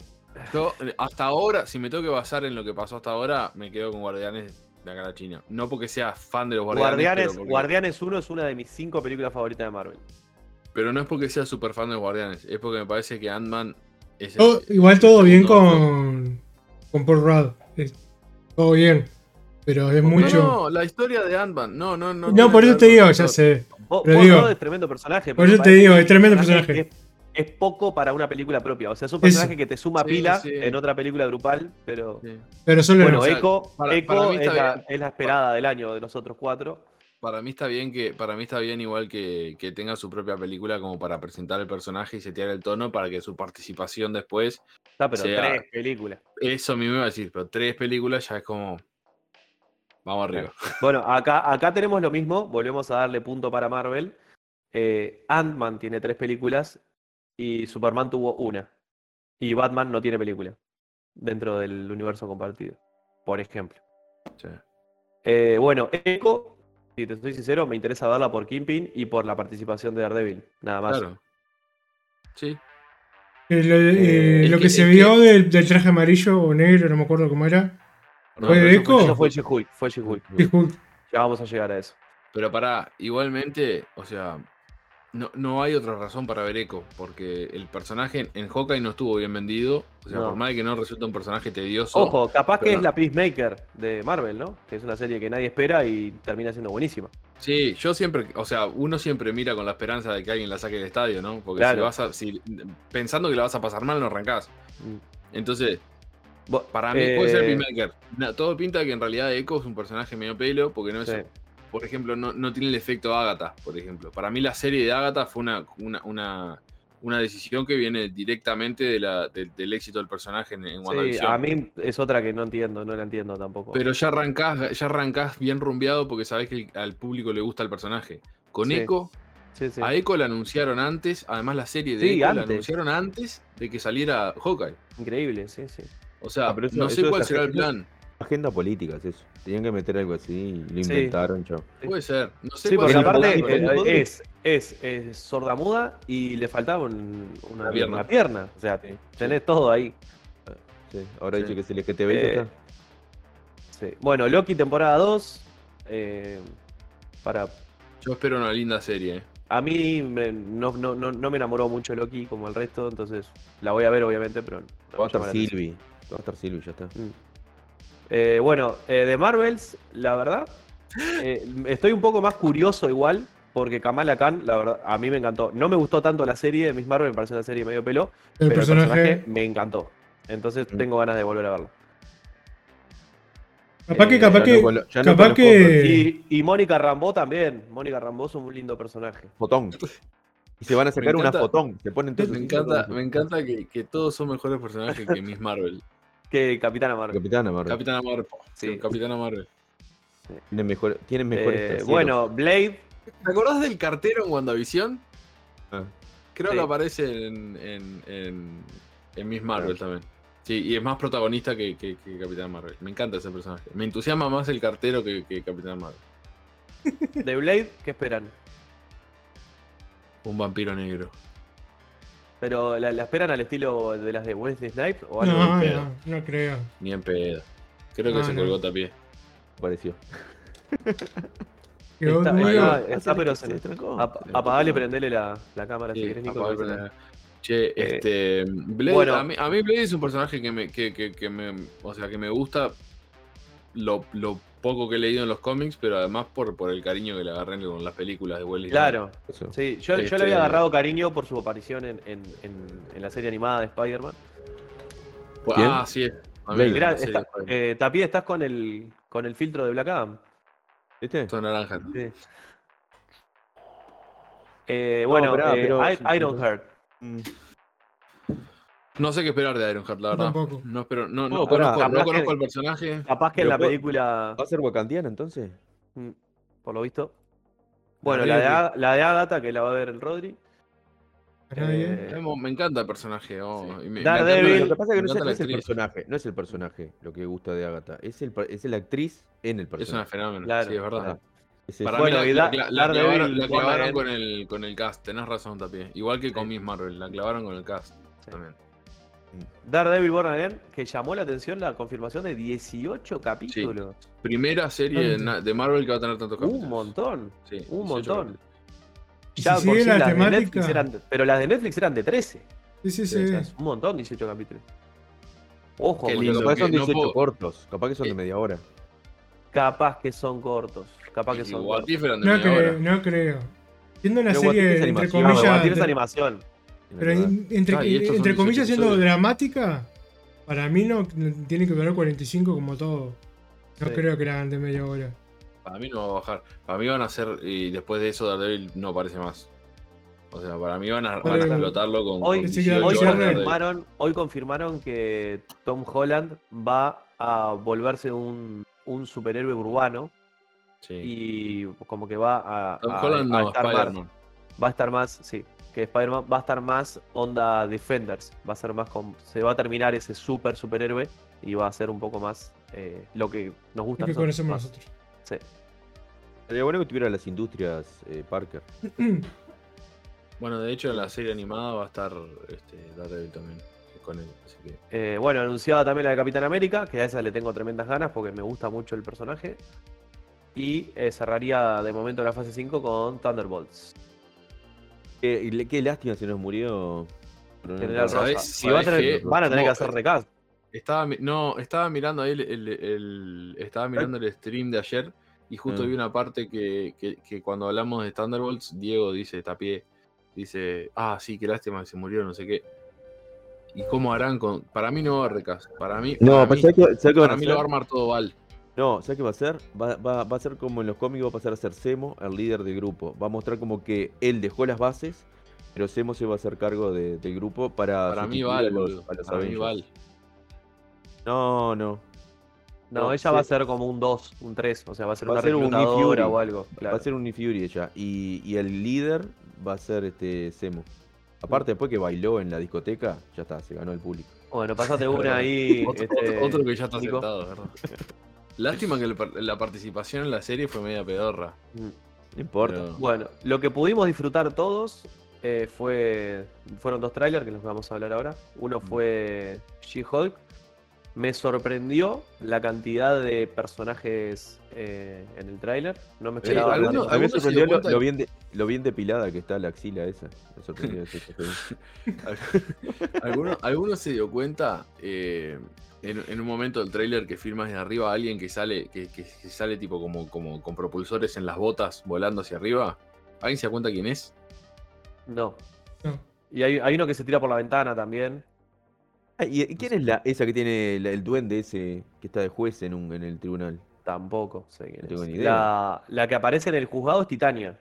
Yo, eh, hasta ahora, si me tengo que basar en lo que pasó hasta ahora, me quedo con Guardianes de acá a la China. No porque sea fan de los Guardianes. Guardianes, pero, porque- Guardianes 1 es una de mis cinco películas favoritas de Marvel. pero no es porque sea super fan de los Guardianes, es porque me parece que Ant-Man es el- Todo- igual todo el bien segundo- con, con Paul Rudd. Es- todo bien. Pero es mucho. No, la historia de Ant-Man. No, no, no. No, tiene por que eso ver te con digo, el ya actor. sé. Vos, Pero vos digo, no es tremendo personaje. por pero eso te me parece digo, que es tremendo que Es, es poco para una película propia. O sea, es un Eso. personaje que te suma Sí, pila sí. en otra película grupal, pero. Sí. Pero solo Bueno, o sea, Echo, para- Echo para mí es, está la, bien. es la esperada del año de nosotros cuatro. Para mí está bien que, para mí está bien igual que, que tenga su propia película como para presentar el personaje y setear el tono para que su participación después. Está, pero O sea, tres películas. Eso a mí me va a decir, pero tres películas ya es como. Vamos arriba. Bueno, acá, acá tenemos lo mismo, volvemos a darle punto para Marvel. Eh, Ant-Man tiene tres películas y Superman tuvo una. Y Batman no tiene película dentro del universo compartido, por ejemplo. Sí. Eh, bueno, Echo, si te soy sincero, me interesa verla por Kingpin y por la participación de Daredevil, nada más. Claro. Sí. Eh, lo, eh, es lo que- que, es se que- vio del, del traje amarillo o negro, no me acuerdo cómo era. No, ¿Fue pero eso Echo? Eso fue She-Hulk, fue She-Hulk. Dijo, Ya vamos a llegar a eso. Pero pará, igualmente, o sea, no, no hay otra razón para ver Echo, porque el personaje en Hawkeye no estuvo bien vendido. O sea, No. por más de que no resulta un personaje tedioso. Ojo, capaz que pero es la Peacemaker de Marvel, ¿no? Que es una serie que nadie espera y termina siendo buenísima. Sí, yo siempre, o sea, uno siempre mira con la esperanza de que alguien la saque del estadio, ¿no? Porque si Claro. vas a, si- pensando que la vas a pasar mal, no arrancás. Entonces, Bo- para mí puede ser eh, Peacemaker. Na- Todo pinta que en realidad Echo es un personaje medio pelo, porque no es, sí. por ejemplo, no, no tiene el efecto Agatha, por ejemplo. Para mí la serie de Agatha fue una, una, una, una decisión que viene directamente de la, de- del éxito del personaje en, en Sí, WandaVision. a mí es otra que no entiendo, no la entiendo tampoco. Pero ya arrancás, ya arrancás bien rumbeado porque sabés que el- al público le gusta el personaje. Con Sí. Echo, sí, sí. a Echo la anunciaron antes, además la serie de Sí, Echo antes. la anunciaron antes de que saliera Hawkeye. Increíble, sí, sí. O sea, Ah, pero eso- no eso sé es cuál la será el gente- plan. Agenda política es eso. Tenían que meter algo así, lo Sí. inventaron, chao. Puede ser. No sé Sí, cuál porque será el aparte plan, eh, pero- eh, es, es, es sordamuda y le faltaba un- una, Una una pierna. pierna. O sea, tenés todo ahí. Sí, Ahora Sí. dice que es LGTB. Eh, ya está. Sí. Bueno, Loki temporada 2. eh, para, Yo espero una linda serie. eh. a mí me- no, no, no, no me enamoró mucho Loki como el resto, entonces la voy a ver obviamente, pero no me Va a llama estar la atención. Silvi. Va a estar Silvi, ya está. Eh, bueno, eh, de Marvels, la verdad, eh, estoy un poco más curioso igual, porque Kamala Khan, la verdad, a mí me encantó. No me gustó tanto la serie de Miss Marvel, me parece una serie medio pelo, el pero el personaje. personaje me encantó. Entonces Mm. tengo ganas de volver a verlo. Capaz que, eh, capaz ya que. no colo- ya no Capaz conozco, que. Y, y Mónica Rambó también. Mónica Rambó es un lindo personaje. Fotón. Y se van a sacar una encanta- fotón. Se ponen todos Me así, encanta, fotón. me encanta que, que todos son mejores personajes que Miss Marvel. Que Capitana Marvel. Capitana Marvel. Capitana Marvel. Sí. Capitana Marvel. Tienen, mejor, tienen mejores. Eh, traseros. bueno, Blade. ¿Te acordás del cartero en WandaVision? Ah. Creo Sí. que aparece en, en, en, en Miss Marvel también. Sí, y es más protagonista que, que- que Capitán Marvel. Me encanta ese personaje. Me entusiasma más el cartero que, que Capitán Marvel. De Blade, ¿qué esperan? Un vampiro negro. ¿Pero la, la esperan al estilo de las de Wesley Snipes o algo? No, al pedo. no, no creo. Ni en pedo. Creo que No, se no. colgó tapié. Apareció. Ah, Que vos Está- digas- ahí va. está, está, ah, pero se- trancó. Ap- apagale y prendele la, la cámara si Sí, querés, Nico. apagar porque- la- Eh, Che, este. Blade, bueno. a, mí, a mí Blade es un personaje que me, que, que- que me. O sea, que me gusta lo, lo poco que he leído en los cómics, pero además por, por el cariño que le agarré con las películas de Welly. Claro, sí. Yo, yo Este- le había agarrado cariño por su aparición en, en, en, en la serie animada de Spider-Man. Ah, sí. A mí Blade. me Mirá, parece está- que eh, Tapie, estás con el, con el filtro de Black Adam. ¿Viste? son naranjas. Sí. Eh, bueno, pará, eh, pero- I- Ironheart. Mm. No sé qué esperar de Ironheart, la Yo verdad. tampoco. No, espero, no, no, No, pará, conozco, no capaz conozco que- al personaje. Capaz que en Pero la puedo- película, ¿Va a ser wakandiana entonces? mm, por lo visto. Bueno, la verdad de, que- Ag- la de Agatha, que la va a ver el Rodri. Para nadie. Eh, Emo, Me encanta el personaje. oh, Sí. y me- me Daredevil. encanta- Lo que pasa es que me no es, encanta no la es el actriz. personaje, no es el personaje lo que gusta de Agatha, es, el, per- es la actriz en el Es una personaje. fenómeno. Claro, sí, es verdad. claro. Es Para eso. Bueno, mí y la, Da- la- la Daredevil, clavaron, la Wonder clavaron Man. con, el, con el cast, tenés razón, Tapie. Igual que con Miss Marvel, la clavaron con el cast Sí. también. Daredevil Born Again, que llamó la atención la confirmación de 18 capítulos. Primera serie de, Tanto. na- de Marvel que va a tener tantos capítulos. Un montón. Sí, 18 un montón. capítulos. Y Ya si por sigue sí la las de temática. Netflix eran- pero las de Netflix eran de 13. Sí, sí, O sí. sea, es un montón, 18 capítulos. Ojo, porque Qué lindo. Capaz que son no 18 puedo- cortos, capaz que son Eh, de media hora. capaz que son cortos. Capaz que Y son What cortos. If eran de No media hora. creo, no creo. Siendo una Pero Guatín es serie, entre animación, No, comillas. Villa- Guatín es dra- animación. Pero en- entre, Ah, y estos son entre 18 comillas siendo episodios. dramática, para mí no no tiene que durar 45 como todo. No Sí. creo que la hagan de media hora. Para mí no va a bajar. Para mí van a ser. Y después de eso, Daredevil no aparece más. O sea, para mí van a, van a Hoy- explotarlo con. hoy- con sí que 18 Hoy horas Yo creo que- Daredevil. confirmaron, hoy confirmaron que Tom Holland va a volverse un, un superhéroe urbano Sí. y como que va a, Tom a- Holland a no, estar más, Spider-Man. va a estar más, sí, que Spider-Man va a estar más onda Defenders, va a ser más con- se va a terminar ese super superhéroe y va a ser un poco más eh, lo que nos gusta Es a que nosotros, conocemos más- nosotros. sí. Sería bueno que tuviera las industrias eh, Parker. Bueno, de hecho, en la serie animada va a estar este, Daredevil también. Con él. Así que. Eh, bueno, anunciada también la de Capitán América, que a esa le tengo tremendas ganas porque me gusta mucho el personaje. Y eh, cerraría de momento la fase 5 con Thunderbolts. Eh, y le- qué lástima se nos murió. Coronel General Rosa. Ross. ¿Sabés- Si va a sabés tener- que- van a tener que no, eh, hacer recast. Estaba, mi- no, estaba mirando ahí el, el- el- estaba mirando el stream de ayer y justo ¿Eh? Ah. vi una parte que, que- que cuando hablamos de Thunderbolts, Diego dice, tapié, dice, ah, sí, qué lástima que se murió, no sé qué. ¿Y cómo harán con...? Para mí no va a recast, para mí, No, para pero mí, ¿sabés qué- ¿sabés qué van a para mí lo va a hacer? armar todo Val. No, ¿sabes qué va a hacer? Va, va- va a ser como en los cómics, va a pasar a ser Semo, el líder del grupo. Va a mostrar como que él dejó las bases, pero Semo se va a hacer cargo de- del grupo para. Para mí sustituir Val, a los- boludo, a los para mí Avengers. Val. No, no. No, no, ella sí. va a ser como un 2, un 3. O sea, va a ser Va a una ser un Nick reclutadora Fury. o algo. claro. Va a ser un Fury ella. Y, y el líder va a ser este Semo. Aparte, después que bailó en la discoteca, ya está, se ganó el público. Bueno, pasate <laughs> una ahí. Otro, este, otro- otro que ya está Nico. sentado, <laughs> ¿verdad? Lástima que el par- la participación en la serie fue media pedorra. Mm. No importa. pero- Bueno, lo que pudimos disfrutar todos eh, fue fueron dos trailers que los vamos a hablar ahora. Mm. Uno fue She-Hulk. Me sorprendió la cantidad de personajes eh, en el tráiler. No me Sí, eh, esperaba. algunos- tanto. a mí me algunos se sorprendió dio lo, cuenta lo que- bien de- lo bien depilada que está la axila esa. Me <laughs> sorprendió eso, eso. ¿Alguno, alguno se dio cuenta eh, en, en un momento del tráiler que firmas desde arriba a alguien que sale, que, que- que sale tipo como, como con propulsores en las botas volando hacia arriba? ¿Alguien se da cuenta quién es? No. <clears throat> No. Y hay, hay uno que se tira por la ventana también. Ah, ¿Y y quién es la, esa que tiene la- el duende ese que está de juez en, un, en el tribunal? Tampoco sé quién No es. tengo ni idea. La, la que aparece en el juzgado es Titania.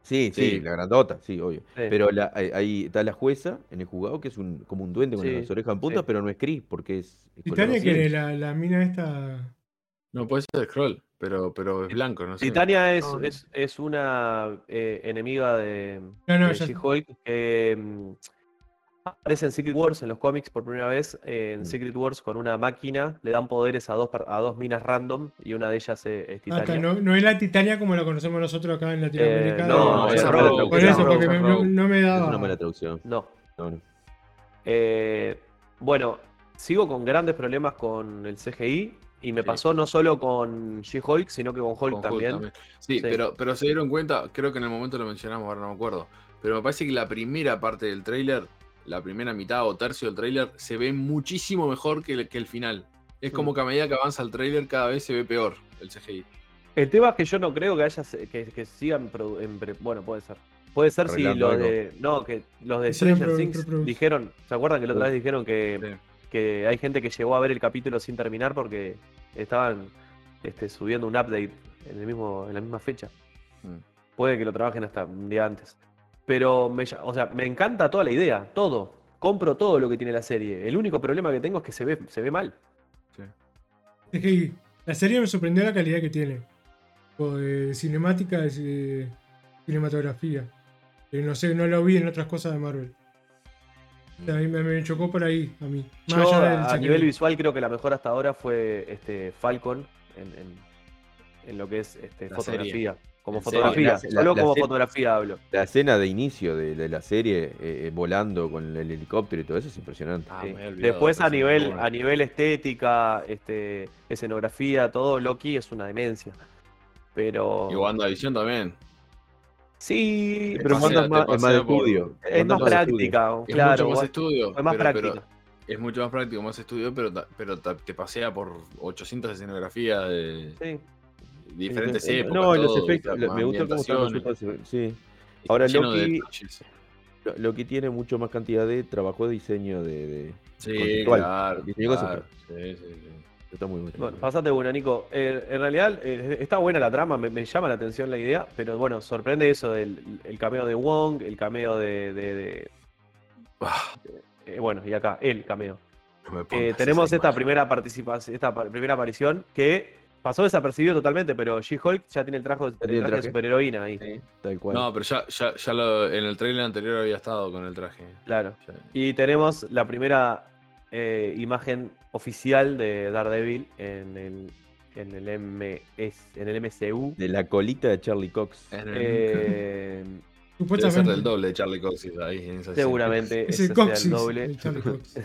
Sí, sí, Sí. la grandota, sí, obvio. Sí. Pero la- ahí, ahí está la jueza en el juzgado que es un, como un duende con Sí, las orejas en punta, sí. pero no es Cris porque es. es color Italia rosado. que la, la mina esta. No puede ser Scroll, pero, pero es blanco, no sé. Titania es, No, no. es, es una eh, enemiga de, No, no, de ya- She-Hulk. que, mm, aparece en Secret Wars, en los cómics por primera vez. eh, en Mm. Secret Wars con una máquina le dan poderes a dos, per- a dos minas random y una de ellas eh, es Ah, está, Titania. no, no es la Titania como la conocemos nosotros acá en Eh, Latinoamérica. no, No, es esa Rogue, Rogue, por esa eso, Rogue, porque esa me- Rogue. no, no me Es daba. una mala traducción. No. No, no. Eh, bueno, sigo con grandes problemas con el CGI y me Sí. pasó no solo con She-Hulk, sino que con Hulk Con Hulk también. Sí, Sí. Pero, pero se dieron cuenta, creo que en el momento lo mencionamos, ahora no me acuerdo. Pero me parece que la primera parte del tráiler, la primera mitad o tercio del tráiler, se ve muchísimo mejor que el, que el final. Es Mm. como que a medida que avanza el tráiler cada vez se ve peor el CGI. El tema es que yo no creo que haya se- que, que sigan produ- en pre- bueno, puede ser. Puede ser si Arreglando los algo. de no, que los de Que sigan Stranger produ- Things produ- dijeron, ¿se acuerdan que la otra Sí. vez dijeron que, que hay gente que llegó a ver el capítulo sin terminar porque estaban este, subiendo un update en el mismo en la misma fecha? Mm. Puede que lo trabajen hasta un día antes. Pero me, ll- o sea, me encanta toda la idea, todo. Compro todo lo que tiene la serie. El único problema que tengo es que se ve se ve mal. Es que la serie me sorprendió la calidad que tiene. Tipo, de cinemática, de cinematografía. Que no sé, no lo vi en otras cosas de Marvel. O sea, a mí me, me chocó por ahí, a mí. Más Yo, allá del a secreto. nivel visual creo que la mejor hasta ahora fue este Falcon en, en- en lo que es este, La fotografía. Como En fotografía, serie, la- solo la- la como serie- fotografía hablo. La escena de inicio de, de la serie, eh, eh, volando con el helicóptero y todo eso, es impresionante. Ah, Sí. me he olvidado Después de a ese nivel, momento. a nivel estética, este, escenografía, todo, Loki es una demencia. Pero Y WandaVision también. sí, Te Pero pero es pasea- más, te más- es más de pasea por- estudio. es más Cuanto de estudio. práctica, Es claro. mucho más bueno, estudio. es más pero- pero- práctica. es mucho más práctico, más estudio, pero, ta- pero ta- te pasea por 800 escenografías de sí. diferentes Sí, sí. épocas. No, los todo, efectos, la- me gusta cómo están los ambientaciones, efectos, Sí. Ahora lleno de Loki, detalles. lo- Loki tiene mucho más cantidad de trabajo de diseño de, de- Sí, conceptual, claro. diseño de claro, cosas, sí, sí, sí. Está muy bueno. Bueno, pasate buena, Nico. Eh, en realidad eh, está buena la trama, me, me llama la atención la idea, pero bueno, sorprende eso del el cameo de Wong, el cameo de. de- de- Ah, eh, bueno, y acá, el cameo. no me Eh, pongas tenemos esa esta imagen. primera participación, esta pa- primera aparición que pasó desapercibido totalmente, pero She-Hulk ya tiene el traje, el tiene el traje de traje. superheroína ahí. Tal cual. No, pero ya, ya, ya lo- en el trailer anterior había estado con el traje. Claro. Ya- Y tenemos la primera eh, imagen oficial de Daredevil en el, en el, MS, en el MCU. De la colita de Charlie Cox. en el- Eh, <laughs> debe ser Supuestamente. del doble de Charlie Cox ahí. en esa Seguramente <laughs> Es ese sea el Coxis. el doble. el Charlie Cox.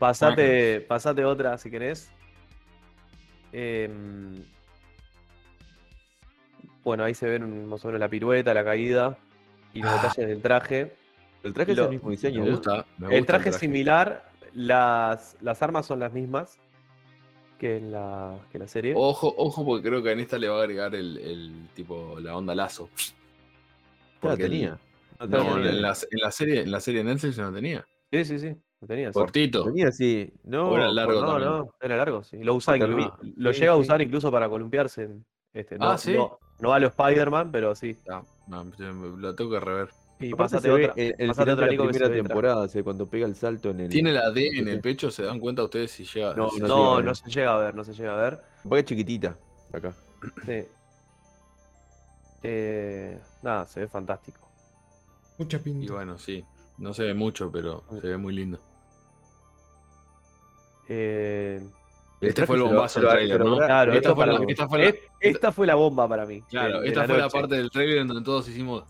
Pasate, pasate otra si querés. Em, bueno, ahí se ven más o menos la pirueta, la caída y los Ah. detalles del traje. El traje Lo- es el mismo escena. diseño. Me ¿no? gusta. me gusta El traje es similar, las, las armas son las mismas que en la, que en la serie. Ojo, ojo, porque creo que en esta le va a agregar el, el tipo la onda lazo. Ya la Porque el- tenía. la No, No, tenía. en la, en la serie, en la serie de Netflix no tenía. Sí, sí, sí, lo tenías. Cortito. Tenía, sí. No, O era largo no, también. no, era largo, sí. Lo usaba Porque inclu- vi- lo sí, llega a sí. usar incluso para columpiarse. en- este, no, Ah, ¿sí? no, no a lo Spider-Man, pero sí. Ah, no, lo tengo que rever. Y Aparte pasate se ve otra. El, el pasate final otra, de la Nico, que se primera ve el traje. temporada, o sea, cuando pega el salto en el. ¿Tiene la D en sí. el pecho? ¿Se dan cuenta ustedes si llega? No, si no llega No, llega no bien. se llega a ver, no se llega a ver. Paga chiquitita. Acá. Sí. Eh, nada, se ve fantástico. Mucha Y pinta. bueno, sí. No se ve mucho, pero se ve muy lindo. Eh, El Este fue el traje se lo- bombazo se del lo- trailer, se lo- ¿no? claro, esta, esto fue la, para- esta fue la- et- esta fue la bomba para mí. claro, de- de esta fue la noche. parte del trailer en donde todos hicimos.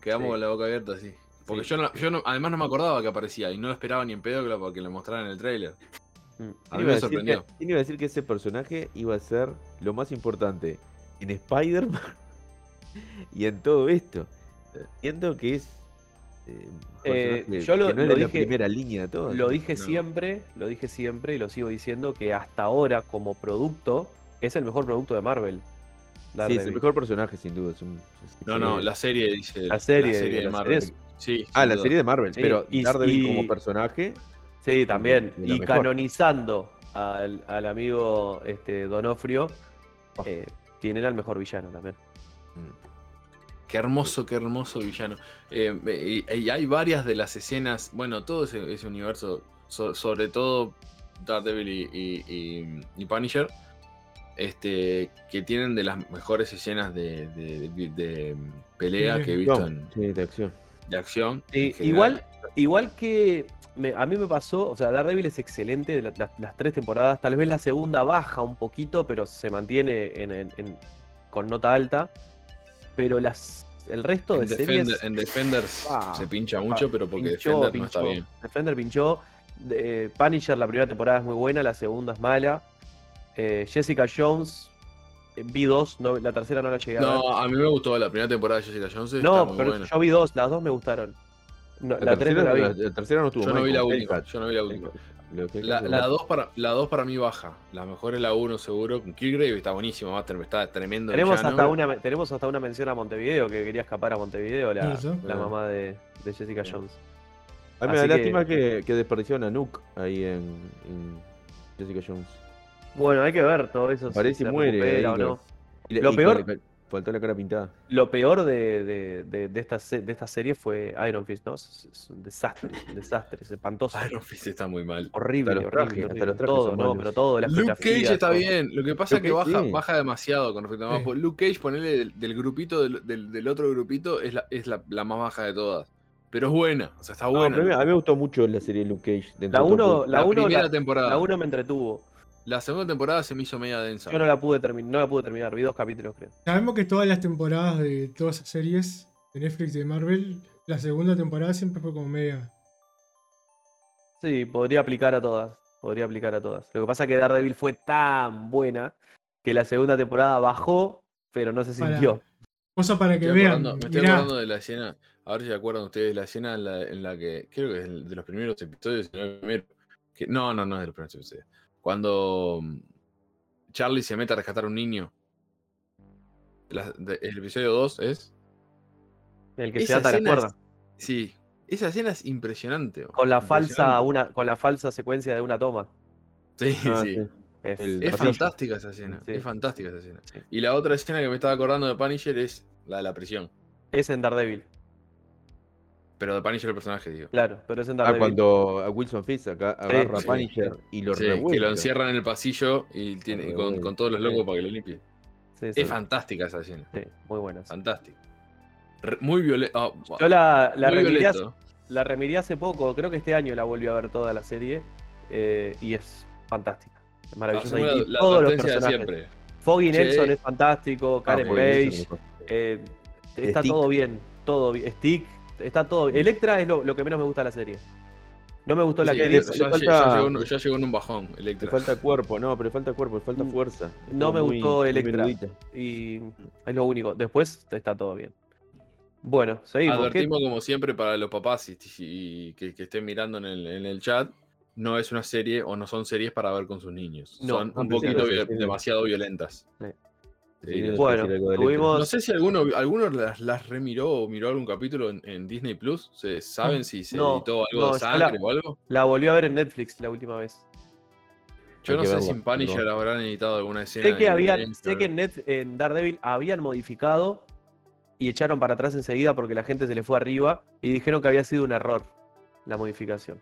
Quedamos Sí. con la boca abierta, sí. Porque Sí. yo, no, yo no- además no me acordaba que aparecía y no lo esperaba ni en pedo que lo, que lo mostraran en el trailer. Mm. A ¿Quién mí iba me a decir sorprendió. que- quién iba a decir que ese personaje iba a ser lo más importante en Spider-Man <laughs> y en todo esto? Entiendo que es. eh, un Eh, personaje yo lo- que no lo es la dije- primera línea de todo. Lo dije No. siempre, lo dije siempre y lo sigo diciendo que hasta ahora como producto es el mejor producto de Marvel. Sí, es Daredevil. el mejor personaje, sin duda. es un- es- No, no, eh, la serie dice. La serie, de la Marvel. serie Sí, Ah, sin la duda. serie de Marvel, Sí, pero y- Daredevil y- como personaje. Sí, también. de la Y mejor. canonizando al, al amigo este, Donofrio, Ah. eh, tienen al mejor villano también. Qué hermoso, qué hermoso villano. Eh, eh, y, y hay varias de las escenas, bueno, todo ese, ese universo, so- sobre todo Daredevil y, y- y- y Punisher, este, que tienen de las mejores escenas de, de- de- de pelea que he visto en- Sí, de acción. de acción. Sí, en general. igual, igual que me- a mí me pasó, o sea, Daredevil es excelente la- las- las tres temporadas, tal vez la segunda baja un poquito, pero se mantiene en- en- en- con nota alta. Pero las, el resto de En, Defender- series... en Defenders Ah, se pincha mucho, pero porque Defender no está bien. Defender pinchó. De- eh, Punisher, la primera temporada es muy buena, la segunda es mala. Eh, Jessica Jones, eh, vi dos, no- la tercera no la llegué a ver. No, a mí me gustó la primera temporada de Jessica Jones. está No, muy pero buena. yo vi dos, las dos me gustaron. No, la, La, tres no tercera, la vi. la- la tercera no estuvo Yo no mal, vi con la Hellcat. última. Yo no vi la última. Lo que La, Hellcat- la dos para, la dos para mí baja. La mejor es la 1 seguro. Con Kilgrave está buenísimo, Master, está tremendo. Tenemos villano. hasta, una, tenemos hasta una mención a Montevideo, que quería escapar a Montevideo, la, Eso. la mamá de, de Jessica Sí. Jones. A mí me da así que- lástima que, que desperdiciaron a Nuke ahí en, en Jessica Jones. Bueno, hay que ver todo eso. si Parece se muere recupera ahí, o pero- no. Y la- Lo y peor- con la- Faltó la cara pintada. Lo peor de, de, de, de esta, se- de esta serie fue Iron Fist, ¿no? Es, es un desastre, un desastre, es espantoso. <laughs> Iron Fist está muy mal. Horrible, Hasta los horrible, trajes, hasta horrible. los trajes todo, son ¿no? malos. Pero todo, las Luke Cage coreografías, está todo. bien. Lo que pasa es que Luke Cage, baja, sí. baja demasiado con respecto a más. Sí. Pues Luke Cage, ponerle del, del grupito del, del- del otro grupito, es, la, es la, la más baja de todas. Pero es buena. O sea, está No, buena. pero a, mí, a mí me gustó mucho la serie de Luke Cage. dentro de Ah, La todo 1 porque- la la uno- primera la- temporada. la La, uno me entretuvo. segunda temporada se me hizo media densa. Yo no la pude terminar, no la pude terminar, vi dos capítulos, creo. Sabemos que todas las temporadas de todas esas series de Netflix y de Marvel, la segunda temporada siempre fue como media. Sí, podría aplicar a todas. Podría aplicar a todas. Lo que pasa es que Daredevil fue tan buena que la segunda temporada bajó, pero no se Para- sintió. Cosa para Me que estoy vean. acordando- me estoy mirá, acordando de la escena, a ver si se acuerdan ustedes, la escena en la, en la que, creo que es el- de los primeros episodios, si no el primero, que- no, no, no es de los primeros episodios. Cuando mm, Charlie se mete a rescatar a un niño. La- de- el episodio 2 es... El que se Esa ata la escena es- cuerda. Sí, esa escena es impresionante. bro, Con la falsa, impresionante. una, con la falsa secuencia de una toma. Sí, Ah, sí. <laughs> sí. Es- El- Es es- Pasillo. fantástica esa escena. Sí. Es fantástica esa escena. Sí. Y la otra escena que me estaba acordando de Punisher es la de la prisión. es en Daredevil, Pero de Punisher el personaje, digo. claro, pero es en Ah, Daredevil. cuando a Wilson Fisk acá agarra sí. a Punisher y lo Sí, que lo revuelve. encierran en el pasillo y tiene, Lo con, revuelve, con todos los sí. locos para que lo limpien. Sí, sí, Es fantástica esa escena. sí, muy buenas. Fantástica. Re- muy violenta. Yo la, la muy remiré hace- violento. la remiré hace poco, creo que este año la volví a ver toda la serie eh, y es fantástica. Es maravillosa. Hacemos la, y- y Ah, la todos los advertencia de personajes. siempre. Foggy Sí. Ah, Nelson es Ah, fantástico, Karen Foggy Page, eh, está Stick. todo bien, todo bien. Stick, está todo bien. Electra es lo, lo que menos me gusta de la serie. No me gustó la Sí, que ya, dice, Electra- ya falta- lle- ya llegó, en- ya llegó en un bajón, Le Electra. falta cuerpo, no, pero falta cuerpo, le falta Mm. fuerza. No Estuvo me gustó muy Electra. menudita. y es lo único. Después está todo bien. Bueno, seguimos. ¿Qué- Advertimos como siempre para los papás y, y- que, que estén mirando en el, en el chat, no es una serie o no son series para ver con sus niños. No, son no, un sí, poquito sí, viol- sí. demasiado violentas. Sí. Sí, Sí, no- Bueno, decir algo de Electra. tuvimos- No sé si alguno, alguno las, las remiró o miró algún capítulo en, en Disney Plus. ¿Se saben si se Mm, No, editó no, algo de yo la- sangre o algo? La volví a ver en Netflix la última vez. Yo Hay no que sé verlo, si en Punisher perdón. habrán editado alguna escena. Sé que, de habían, violencia, sé que en, Net- en Daredevil habían modificado y echaron para atrás enseguida porque la gente se le fue arriba y dijeron que había sido un error la modificación.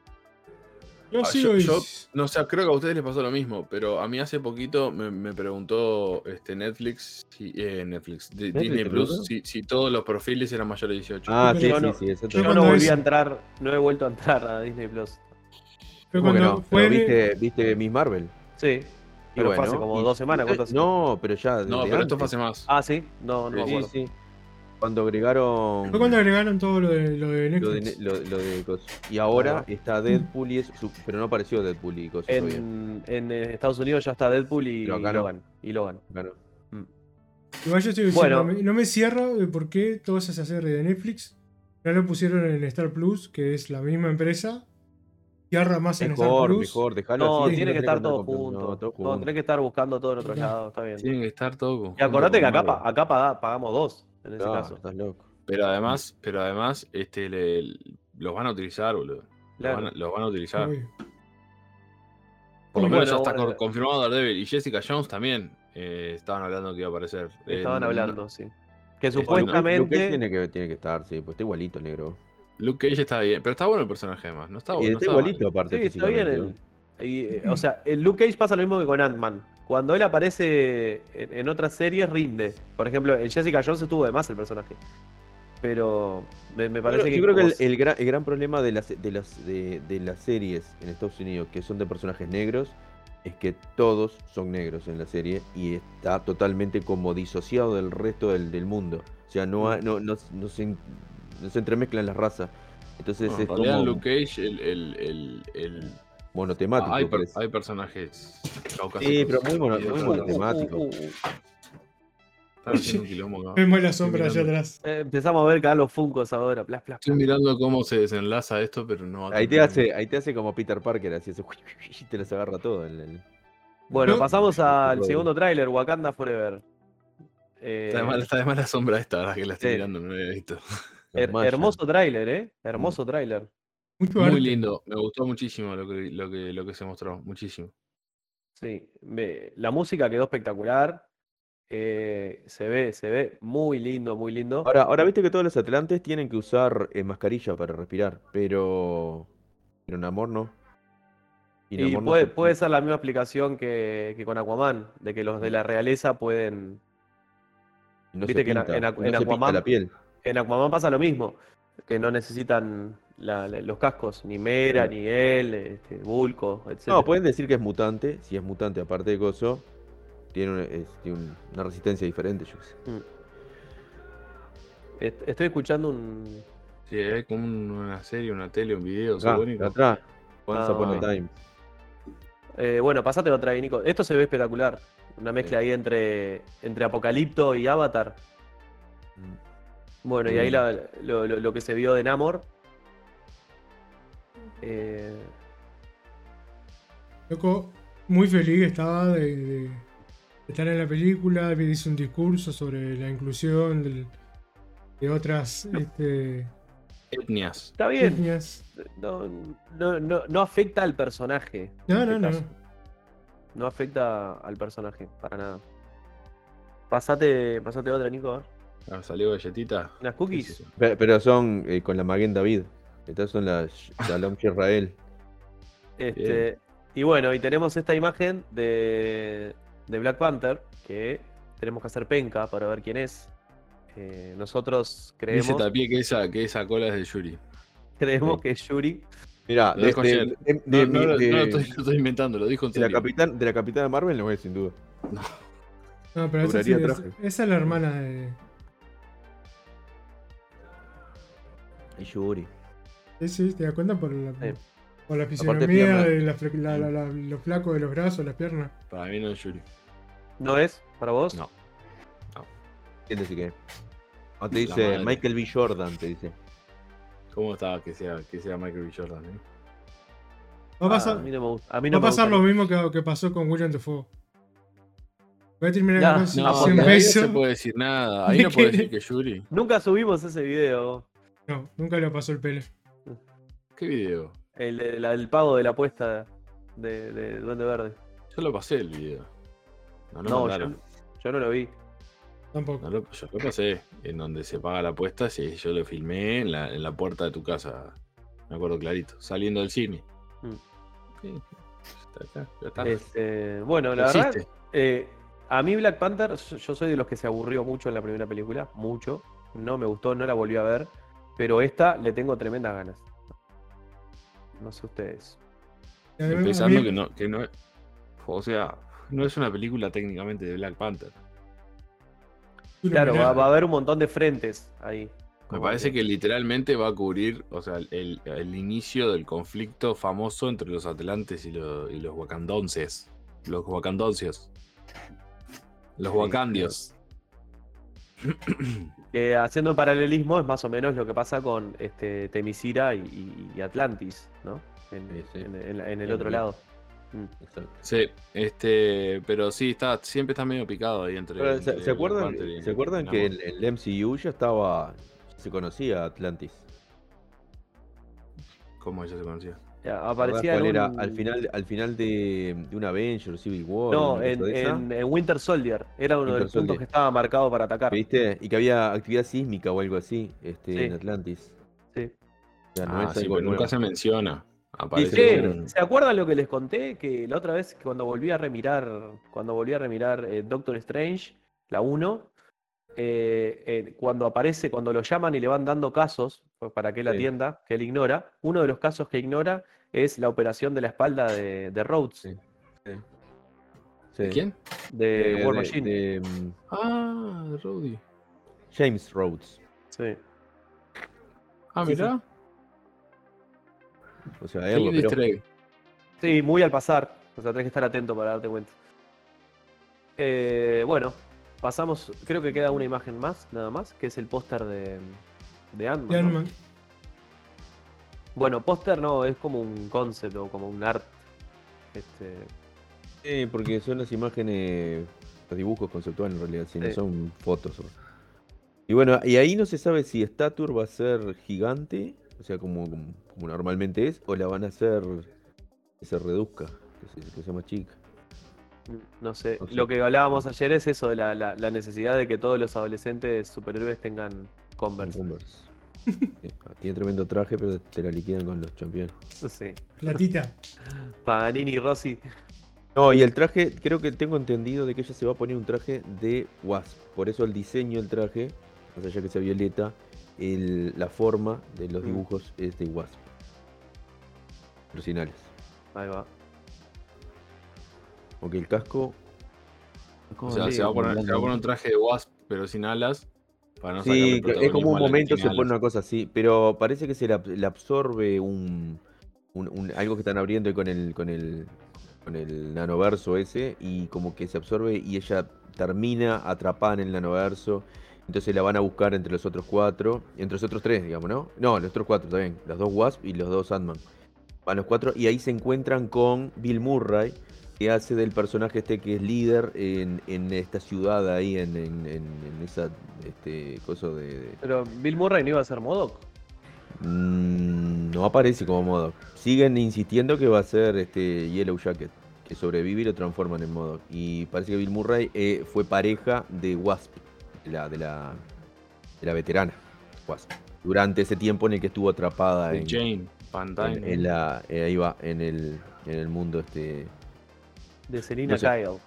Yo Ah, sigo yo- y- yo- No sé, creo que a ustedes les pasó lo mismo, pero a mí hace poquito me, me preguntó este, Netflix, si- eh, Netflix, Di- ¿Netflix Disney te Plus, preguntó? si, si todos los perfiles eran mayores de 18. Ah, sí, Yo sí, no- sí, eso Yo yo también. no cuando volví es- a entrar, no he vuelto a entrar a Disney Plus. Pero ¿Cómo que cuando no? Pero fue- viste, viste Miss Marvel. Sí. Y Pero fue hace bueno, como y- dos semanas. eh, ¿cuántas- No, pero ya. no, desde pero esto fue antes. hace más. Ah, sí. No, no me Sí, acuerdo. Sí, sí. Cuando agregaron. fue cuando agregaron todo lo de, lo de Lo de, Netflix. ne- lo, lo de cos- Y ahora está Deadpool y es su- Pero no apareció Deadpool y cosas. todavía. En, en eh, Estados Unidos ya está Deadpool y, Pero acá y no. Logan. Y Logan. Claro. Igual yo estoy Bueno. diciendo, no me- no me cierro de por qué todas esas series de Netflix no lo pusieron en Star Plus, que es la misma empresa. Cierra más en Star Mejor, Plus. mejor, dejalo No, así. tiene que tenga estar todo tanto complejo. junto. No, todo No, junto. tenés que estar buscando todo en otro Ya. lado. Está bien. Tienen que estar todos. Y acordate que acá, Marvel. pa- acá paga- pagamos dos, en ese Claro, caso. estás loco. Pero además, pero además este, le- los van a utilizar, boludo. Los, Claro. van, a- los van a utilizar. Obvio. Por lo Y menos bueno, ya está bueno. cor- confirmado Daredevil. Y Jessica Jones también. eh, estaban hablando que iba a aparecer. Eh, Estaban no- hablando, sí. Que Luke- Luke Cage supuestamente. tiene que, tiene que estar, sí, pues está igualito, negro. Luke Cage está bien. Pero está bueno el personaje además. No está, Y no Ah, está mal. igualito, aparte. Sí, está bien. físicamente, el- ¿no? Y, eh, o sea, el Luke Cage pasa lo mismo que con Ant-Man. Cuando él aparece en, en otras series, rinde. Por ejemplo, en Jessica Jones estuvo de más el personaje. Pero me, me parece que. yo creo que como el, se- el gran, el gran problema de las, de, las, de, de las series en Estados Unidos que son de personajes negros es que todos son negros en la serie y está totalmente como disociado del resto del, del mundo. O sea, Mm. no, ha- no, no, no se, en- no se entremezclan las razas. Entonces Bueno, en es realidad, como Luke Cage, el. el, el, el- ah, monotemático. hay, per- parece. hay personajes caucásicos. Sí, pero muy mono- Y muy otros- mono- temático. Están haciendo un quilombo acá. Vemos la sombra allá mirando. atrás. Eh, empezamos a ver cada los Funkos ahora. Bla, bla, Estoy mirando cómo se desenlaza esto, pero no. va a Ahí te terminar. hace, ahí te hace como Peter Parker, así hace <laughs> y te las agarra todo. en el- Bueno, No. pasamos al Pero- segundo tráiler, Wakanda Forever. Eh, Está de, mal- está de mala sombra esta, la que la estoy Sí. mirando, no la he visto. her- Maya. hermoso tráiler, ¿eh? Hermoso Mm. tráiler. Mucho arte. Muy lindo, me gustó muchísimo lo que, lo que, lo que se mostró, muchísimo. Sí, me- la música quedó espectacular. Eh, se ve, se ve muy lindo, muy lindo. Ahora, ahora viste que todos los atlantes tienen que usar eh, mascarilla para respirar, pero. Pero Namor no. y Namor no puede, se- puede ser la misma explicación que, que con Aquaman, de que Mm. los de la realeza pueden... no se viste que en a- pinta, en a- no en se pinta Aquaman- la piel. En Aquaman pasa lo mismo, que no necesitan la- la- los cascos, ni Mera, Claro. ni él, este, Vulco, etc. No, pueden decir que es mutante, si es mutante, aparte de Gozo, tiene, un- es- tiene un- una resistencia diferente, yo qué sé. Est- Estoy escuchando un... Sí, hay como un- una serie, una tele, un video, Acá, seguro. atrás, Once Ah. Upon a Time. Eh, bueno, pasátelo otra vez, Nico. Esto se ve espectacular. Una mezcla ahí entre, entre Apocalipto y Avatar. Bueno, y ahí Mm. la- lo, lo- lo que se vio de Namor. Eh, Loco, muy feliz estaba de, de- de estar en la película. me Hizo un discurso sobre la inclusión del- de otras este, Etnias. está bien. etnias. No, no, no, no afecta al personaje. en No, este no, no. caso. No afecta al personaje, para nada. Pasate, pasate otra, Nico. a ver. Ah, ¿Salió galletita? ¿Unas Sí, cookies? sí, sí. Pe- Pero, son eh, con la Maguen David. Estas son las Shalom Israel. Este, y bueno, y tenemos esta imagen de, de Black Panther, que tenemos que hacer penca para ver quién es. Eh, nosotros Dice creemos, Tapie que esa, que esa cola es de Yuri. creemos Sí. que es Yuri. Mira, Lo dejo de, ayer. de- No, de- no, de- lo- de- no lo estoy, lo estoy inventando, lo dijo en de la serio. capitán, de la capitana Marvel no es sin duda. No, pero esa, sí Duraría es, traje. esa es la hermana de. Y Yuri. Sí, sí, te das cuenta por la, Sí. por la pierna. fisionomía, de la fle- la- la- la- los flacos de los brazos, las piernas. Para mí no es Yuri. ¿No es? ¿Para vos? No. ¿Quién dice que? No, te La dice madre. Michael B. Jordan, te dice. ¿Cómo estaba que sea, que sea Michael B. Jordan? eh? Va a pasar, a mí no me gusta. A mí va no a me pasar gusta. lo mismo que, que pasó con William Dafoe. Voy a terminar Ya, con Sí, No, sí, ahí 100 no se pesos. puede decir nada. Ahí ¿De no puede qué? decir que es Yuri. Nunca subimos ese video, No, nunca lo pasó el pele. ¿Qué video? el, de- la- el pago de la apuesta de, de Duende Verde. Yo lo pasé el video. No No, lo yo, mandaron. yo no lo vi. Tampoco. No lo- yo lo pasé. En donde se paga la apuesta, sí, yo lo filmé en la, en la puerta de tu casa. Me acuerdo clarito. Saliendo del cine. Mm. Sí, Está acá, ya está. Este, bueno, la verdad, Existe. Eh, a mí Black Panther, yo yo soy de los que se aburrió mucho en la primera película, mucho. No me gustó, no la volví a ver, pero esta le tengo tremendas ganas. No sé ustedes. Y a mí- a mí- Empezando que no, que no es. O sea, no es una película técnicamente de Black Panther. tú no Claro, mirás. va, va a haber un montón de frentes ahí. Me Como parece que literalmente va a cubrir, o sea, el, el inicio del conflicto famoso entre los atlantes y, lo- y los wakandonces. Los wakandoncios. Los Sí, wakandios. que haciendo paralelismo es más o menos lo que pasa con este, Temisira y- y, y Atlantis, ¿no? En, Sí, sí. en- en la- en el Sí, otro sí. lado. Exacto. Sí, este, pero sí, está, siempre está medio picado ahí entre. Ahora, ¿se, entre se acuerdan, Black Panther y- ¿se acuerdan y que Namor? el, el MCU ya estaba. Se conocía Atlantis. ¿Cómo ella se conocía? Ya, ¿Te acordás Aparecía en cuál era? un- Al final, al final de, de un Avengers, Civil War. No, una cosa en, de esa, en- en Winter Soldier. Era uno de Winter los puntos Soldier. que estaba marcado para atacar. ¿Viste? Y que había actividad sísmica o algo así este, Sí. en Atlantis. Sí. O sea, no Ah, es sí, algo pero nunca nuevo. se menciona. Aparece Che, Sí, Venom. ¿Se acuerdan lo que les conté? Que la otra vez que cuando volví a remirar, cuando volví a remirar eh, Doctor Strange, la 1, eh, eh, cuando aparece, cuando lo llaman y le van dando casos pues, para que él Sí. atienda, que él ignora, uno de los casos que ignora es la operación de la espalda de, de Rhodes, Sí. ¿De sí. ¿Quién? de De- Eh, War de- Machine. de, mm, Ah, Rowdy. James Rhodes. Sí. Ah, Sí, mirá. O sea, Qué él lo lindo operó. easter egg. Sí, muy al pasar. O sea, tenés que estar atento para darte cuenta. Eh, bueno, pasamos. Creo que queda una imagen más, nada más, que es el póster de, de Ant-Man. De ¿no? Ant-Man. Bueno, póster no, es como un concept o como un art. Este, Sí, porque son las imágenes, los dibujos conceptuales en realidad, si no Sí. son fotos. Y bueno, y ahí no se sabe si Stature va a ser gigante, o sea, como, como, como normalmente es, o la van a hacer que se reduzca, que se, que sea más chica. no sé. Ok. Lo que hablábamos ayer es eso, de la, la- la necesidad de que todos los adolescentes superhéroes tengan Converse. Converse. <laughs> Sí, Ah, Tiene tremendo traje, pero te la liquidan con los campeones. Sí. Platita. Panini y Rossi. No, y el traje, creo que tengo entendido de que ella se va a poner un traje de Wasp. Por eso el diseño del traje, más allá que sea violeta, el- la forma de los Mm. dibujos es de Wasp. Originales. Ahí va. Aunque el casco. O sea, se va, a poner, se va a poner un traje de Wasp, pero sin alas. Para no sacarle sí, que es protagonismo como un a la que momento se tiene pone alas. una cosa así, pero parece que se le, ab- le absorbe un, un- un- algo que están abriendo con el con el con el nanoverso ese y como que se absorbe y ella termina atrapada en el nanoverso. Entonces la van a buscar entre los otros cuatro, entre los otros tres, digamos, ¿no? No, los otros cuatro también, los dos Wasp y los dos Sandman. Van los cuatro y ahí se encuentran con Bill Murray, que hace del personaje este que es líder en, en esta ciudad ahí, en, en- en- en esa este, cosa de... de- Pero Bill Murray no iba a ser Modoc. Mm, no aparece como modo. Siguen insistiendo que va a ser este Yellow Jacket, que sobrevive y lo transforman en modo. Y parece que Bill Murray eh, fue pareja de Wasp, de la, de la, de la veterana Wasp, durante ese tiempo en el que estuvo atrapada De en, Jane, Pantane. en- en la, eh, ahí va, en el, en el mundo este De Selina No sé. Kyle.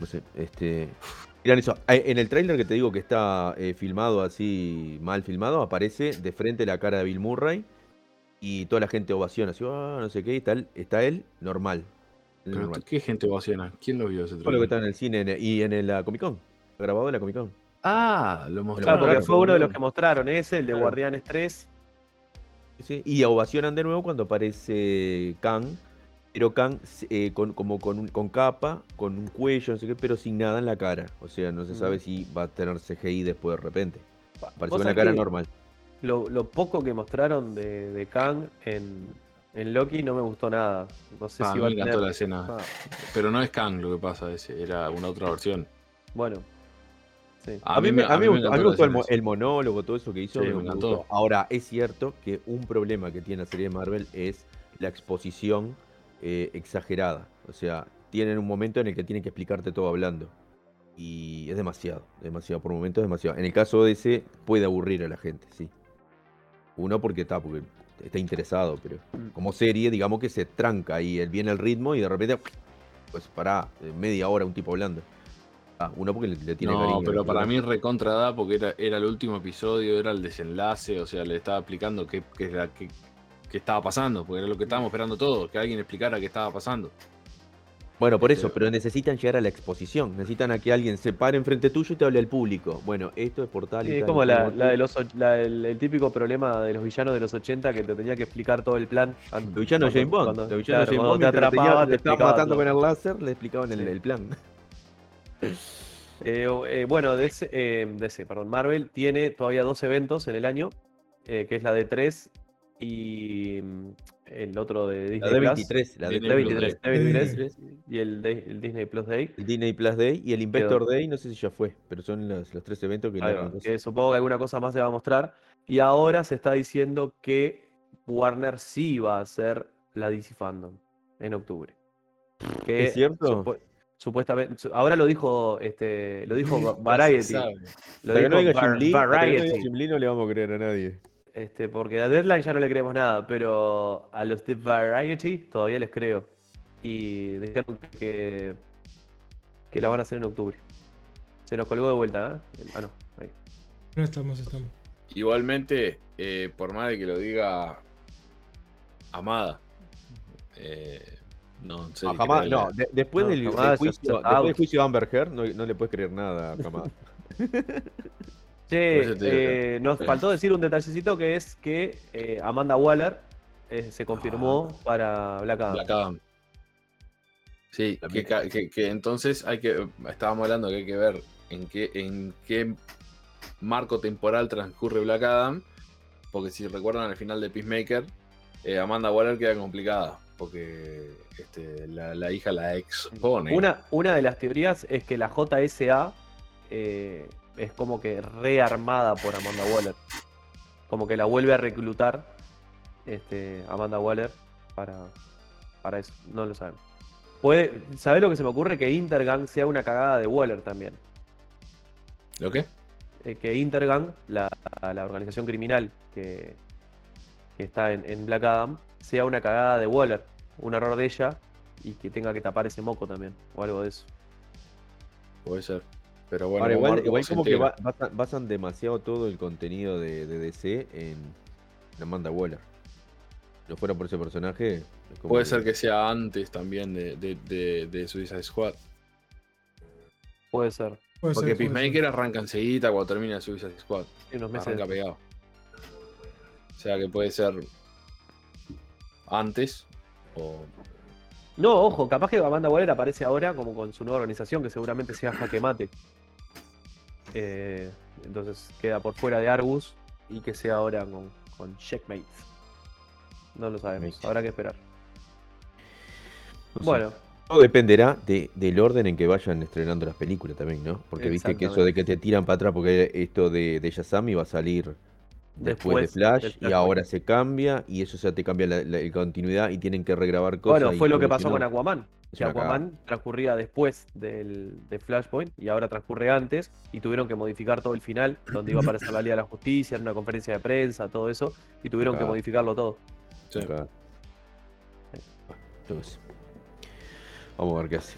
No sé, este. Miran eso. ah, En el tráiler que te digo que está eh, filmado así, mal filmado, aparece de frente la cara de Bill Murray y toda la gente ovaciona, así, "Ah", no sé qué, y tal. Está él, normal. Él Pero normal. tú, ¿qué gente ovaciona? ¿Quién lo vio ese Todo lo trailer? que está en el cine en- y en la Comic Con. Grabado en la Comic Con. Ah, lo Claro, mostraron. porque claro, fue uno de los claro. que mostraron, ese, el de Claro. Guardianes 3. Sí, Y ovacionan de nuevo cuando aparece Kang. Pero Kang eh, con, como con, un- con capa, con un cuello, no sé qué, pero sin nada en la cara. O sea, no se sabe Mm. si va a tener CGI después de repente. Aparece ¿Vos con la sabés cara que normal. Lo, lo poco que mostraron de, de Kang en, en Loki no me gustó nada. No sé Ah, si me va a encantó tener- la escena. Ah, Pero no es Kang lo que pasa, ese, era una otra versión. bueno. Sí. A mí, me, a mí me gustó, a mí me encantó gustó la el, mo- escena el monólogo, todo eso que hizo. Sí, me me gustó. encantó. Ahora, es cierto que un problema que tiene la serie de Marvel es la exposición eh, exagerada. O sea, tienen un momento en el que tienen que explicarte todo hablando. Y es demasiado, demasiado, por momentos es demasiado. En el caso de ese, puede aburrir a la gente, sí. Uno porque está, porque está interesado, pero Mm. como serie, digamos que se tranca y él viene el ritmo y de repente, pues pará, eh, media hora un tipo hablando. Ah, uno porque le, le tiene no, cariño. al pero para personaje. mí recontra da porque era, era el último episodio, era el desenlace, o sea, le estaba explicando qué, qué era- qué- qué estaba pasando, porque era lo que estábamos esperando todos, que alguien explicara qué estaba pasando. Bueno, por Este- eso, pero necesitan llegar a la exposición. Necesitan a que alguien se pare enfrente tuyo y te hable al público. Bueno, esto es portal. Sí, es como la, la del oso- la del- el típico problema de los villanos de los 80 que te tenía que explicar todo el plan. antes. Los villanos Cuando- James Bond. cuando- los villanos claro, James cuando Bond. te mientras tenía- atrapaba, le te estaban explicaba matando todo. con el láser, le explicaban el, Sí. el plan. Eh, o- eh, bueno, DC, eh, DC, perdón, Marvel tiene todavía dos eventos en el año, eh, que es la de 3 y mm, el otro de La Disney de Plus. 23. La de Disney Plus D23, D23, 23. Plus Day. y el, de- el Disney Plus Day. El Disney Plus Day y el Inspector Day, no sé si ya fue, pero son los, los tres eventos que Ahí largan va, cosas. que supongo que alguna cosa más se va a mostrar. Y ahora se está diciendo que Warner sí va a hacer la DC Fandom en octubre. Que ¿Es cierto? supo- supuestamente, su- ahora lo dijo, este, lo dijo Va- Ya Variety. se <laughs> sabe. Lo Hasta que no dijo diga Var- Jim Lee, hasta que no diga Variety. Jim Lee no le vamos a creer a nadie. Este, porque a Deadline ya no le creemos nada, pero a los de Variety todavía les creo. Y dijeron que, que la van a hacer en octubre. Se nos colgó de vuelta, ¿eh? Ah, no. Ahí. No estamos, estamos. Igualmente, eh, por más de que lo diga Amada, eh, no, en serio, A Hamada- creo que Ah, no, la- de- después, No, del, del Hamada ya juicio, está después out. del juicio de Amber Heard, no, no le puedes creer nada a Hamada. Che, Por eso te digo que- eh, nos faltó decir un detallecito que es que eh, Amanda Waller eh, se confirmó para Black Adam. Ah. Black Adam. Sí, que, También. ca- que- que entonces hay que. Estábamos hablando que hay que ver en qué, en qué marco temporal transcurre Black Adam. Porque si recuerdan al final de Peacemaker, eh, Amanda Waller queda complicada. Porque este, la, la hija la expone. Una, una de las teorías es que la JSA eh, es como que rearmada por Amanda Waller. Como que la vuelve a reclutar este, Amanda Waller para, para eso. No lo saben. Puede, ¿Sabés lo que se me ocurre? Que Intergang sea una cagada de Waller también. ¿Lo qué? eh, que Intergang, la, la organización criminal que, que está en, en Black Adam, sea una cagada de Waller, un error de ella, y que tenga que tapar ese moco también, o algo de eso. Puede ser. Pero bueno, Ahora, igual, Marco igual se como que entera. ba- basan, basan demasiado todo el contenido de, de DC en Amanda Waller. Si no fuera por ese personaje. es como Puede ser que sea antes también de, de, de, de Suicide Squad. Puede ser, Porque Puede ser, puede ser. Peacemaker arranca enseguida cuando termina Suicide Squad. en unos meses. arranca pegado. O sea que puede ser antes o No, ojo, capaz que Amanda Waller aparece ahora como con su nueva organización, que seguramente sea Jaque Mate. Eh, entonces queda por fuera de Argus y que sea ahora con, con Checkmate. No lo sabemos, Checkmate. habrá que esperar. No sé. Bueno, Todo dependerá de- del orden en que vayan estrenando las películas también, ¿no? Porque viste que eso de que te tiran para atrás, porque esto de, de Shazam iba a salir después, Después de Flash, de Flash. y ahora se cambia, y eso ya te cambia la, la- la continuidad y tienen que regrabar cosas. bueno, y fue lo como que pasó no, con Aquaman. es que una cagada. Aquaman transcurría después del, de Flashpoint y ahora transcurre antes y tuvieron que modificar todo el final, donde iba a aparecer la Liga de la Justicia, en una conferencia de prensa, todo eso, y tuvieron que Claro. modificarlo todo. Sí. Acá. Yo qué sé. Vamos a ver qué hace.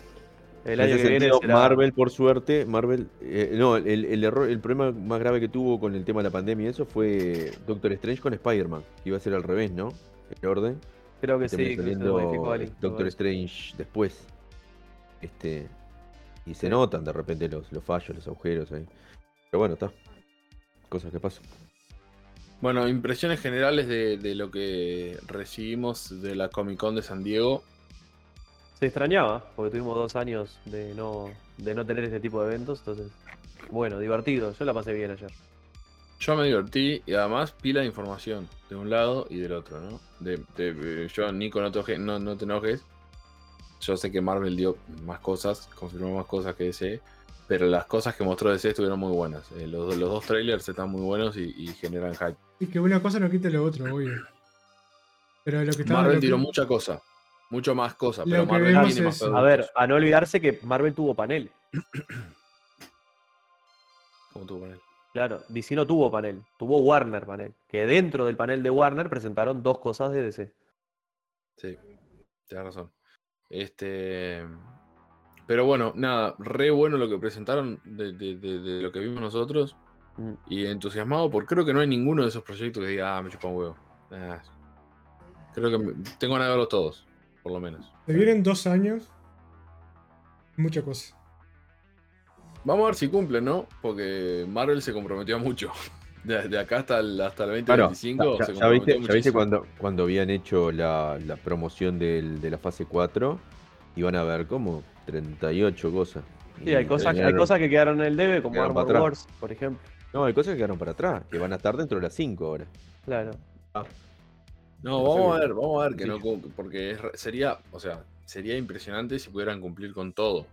El En año ese que viene sentido, será- Marvel, por suerte, Marvel, eh, no, el, el error, el problema más grave que tuvo con el tema de la pandemia y eso fue Doctor Strange con Spider-Man, que iba a ser al revés, ¿no? El orden. creo que Y terminó sí, que se saliendo modificó el- eh. Doctor Strange después. Este. Y se notan de repente los, los fallos, los agujeros ahí. Pero bueno, está. Cosas que pasan. Bueno, impresiones generales de, de lo que recibimos de la Comic Con de San Diego. Se extrañaba, porque tuvimos dos años de no, de no tener este tipo de eventos, entonces, bueno, divertido, yo la pasé bien ayer. Yo me divertí y además pila de información de un lado y del otro, ¿no? De, de- eh, yo, Nico, no te, oje- no, no te enojes. Yo sé que Marvel dio más cosas, confirmó más cosas que DC, pero las cosas que mostró DC estuvieron muy buenas. Eh, los, los dos trailers están muy buenos y, y generan hype. Y que una cosa no quita lo otro, obvio. Pero lo que estaba. Marvel lo que- tiró mucha cosa, mucho más cosa, Lo pero que Marvel vemos tiene más es- productos. A ver, a no olvidarse que Marvel tuvo panel, ¿Cómo tuvo con él? claro, DC no tuvo panel, tuvo Warner panel, que dentro del panel de Warner presentaron dos cosas de DC. Sí, tienes razón. Este. Pero bueno, nada, re bueno lo que presentaron de, de- de- de lo que vimos nosotros. Mm. Y entusiasmado por creo que no hay ninguno de esos proyectos que diga, ah, me chupa un huevo. Ah, creo que me- tengo ganas de verlos todos, por lo menos. Se vienen dos años. Mucha cosa. Vamos a ver si cumplen, ¿no? Porque Marvel se comprometió a mucho. <laughs> De, de acá hasta el, hasta el Claro, 2025 ya, se ya comprometió viste, ya viste muchísimo. cuando, cuando habían hecho la, la promoción del- de la fase 4, iban a ver como 38 cosas. Sí, Y hay cosas, hay terminaron- cosas que quedaron en el debe, como Quedaron Armor para Wars, por ejemplo. No, hay cosas que quedaron para atrás, que van a estar dentro de las 5 ahora. Claro. No, No sé vamos a bien. ver, vamos a ver que Sí. no cum- porque es re- sería, o sea, sería impresionante si pudieran cumplir con todo.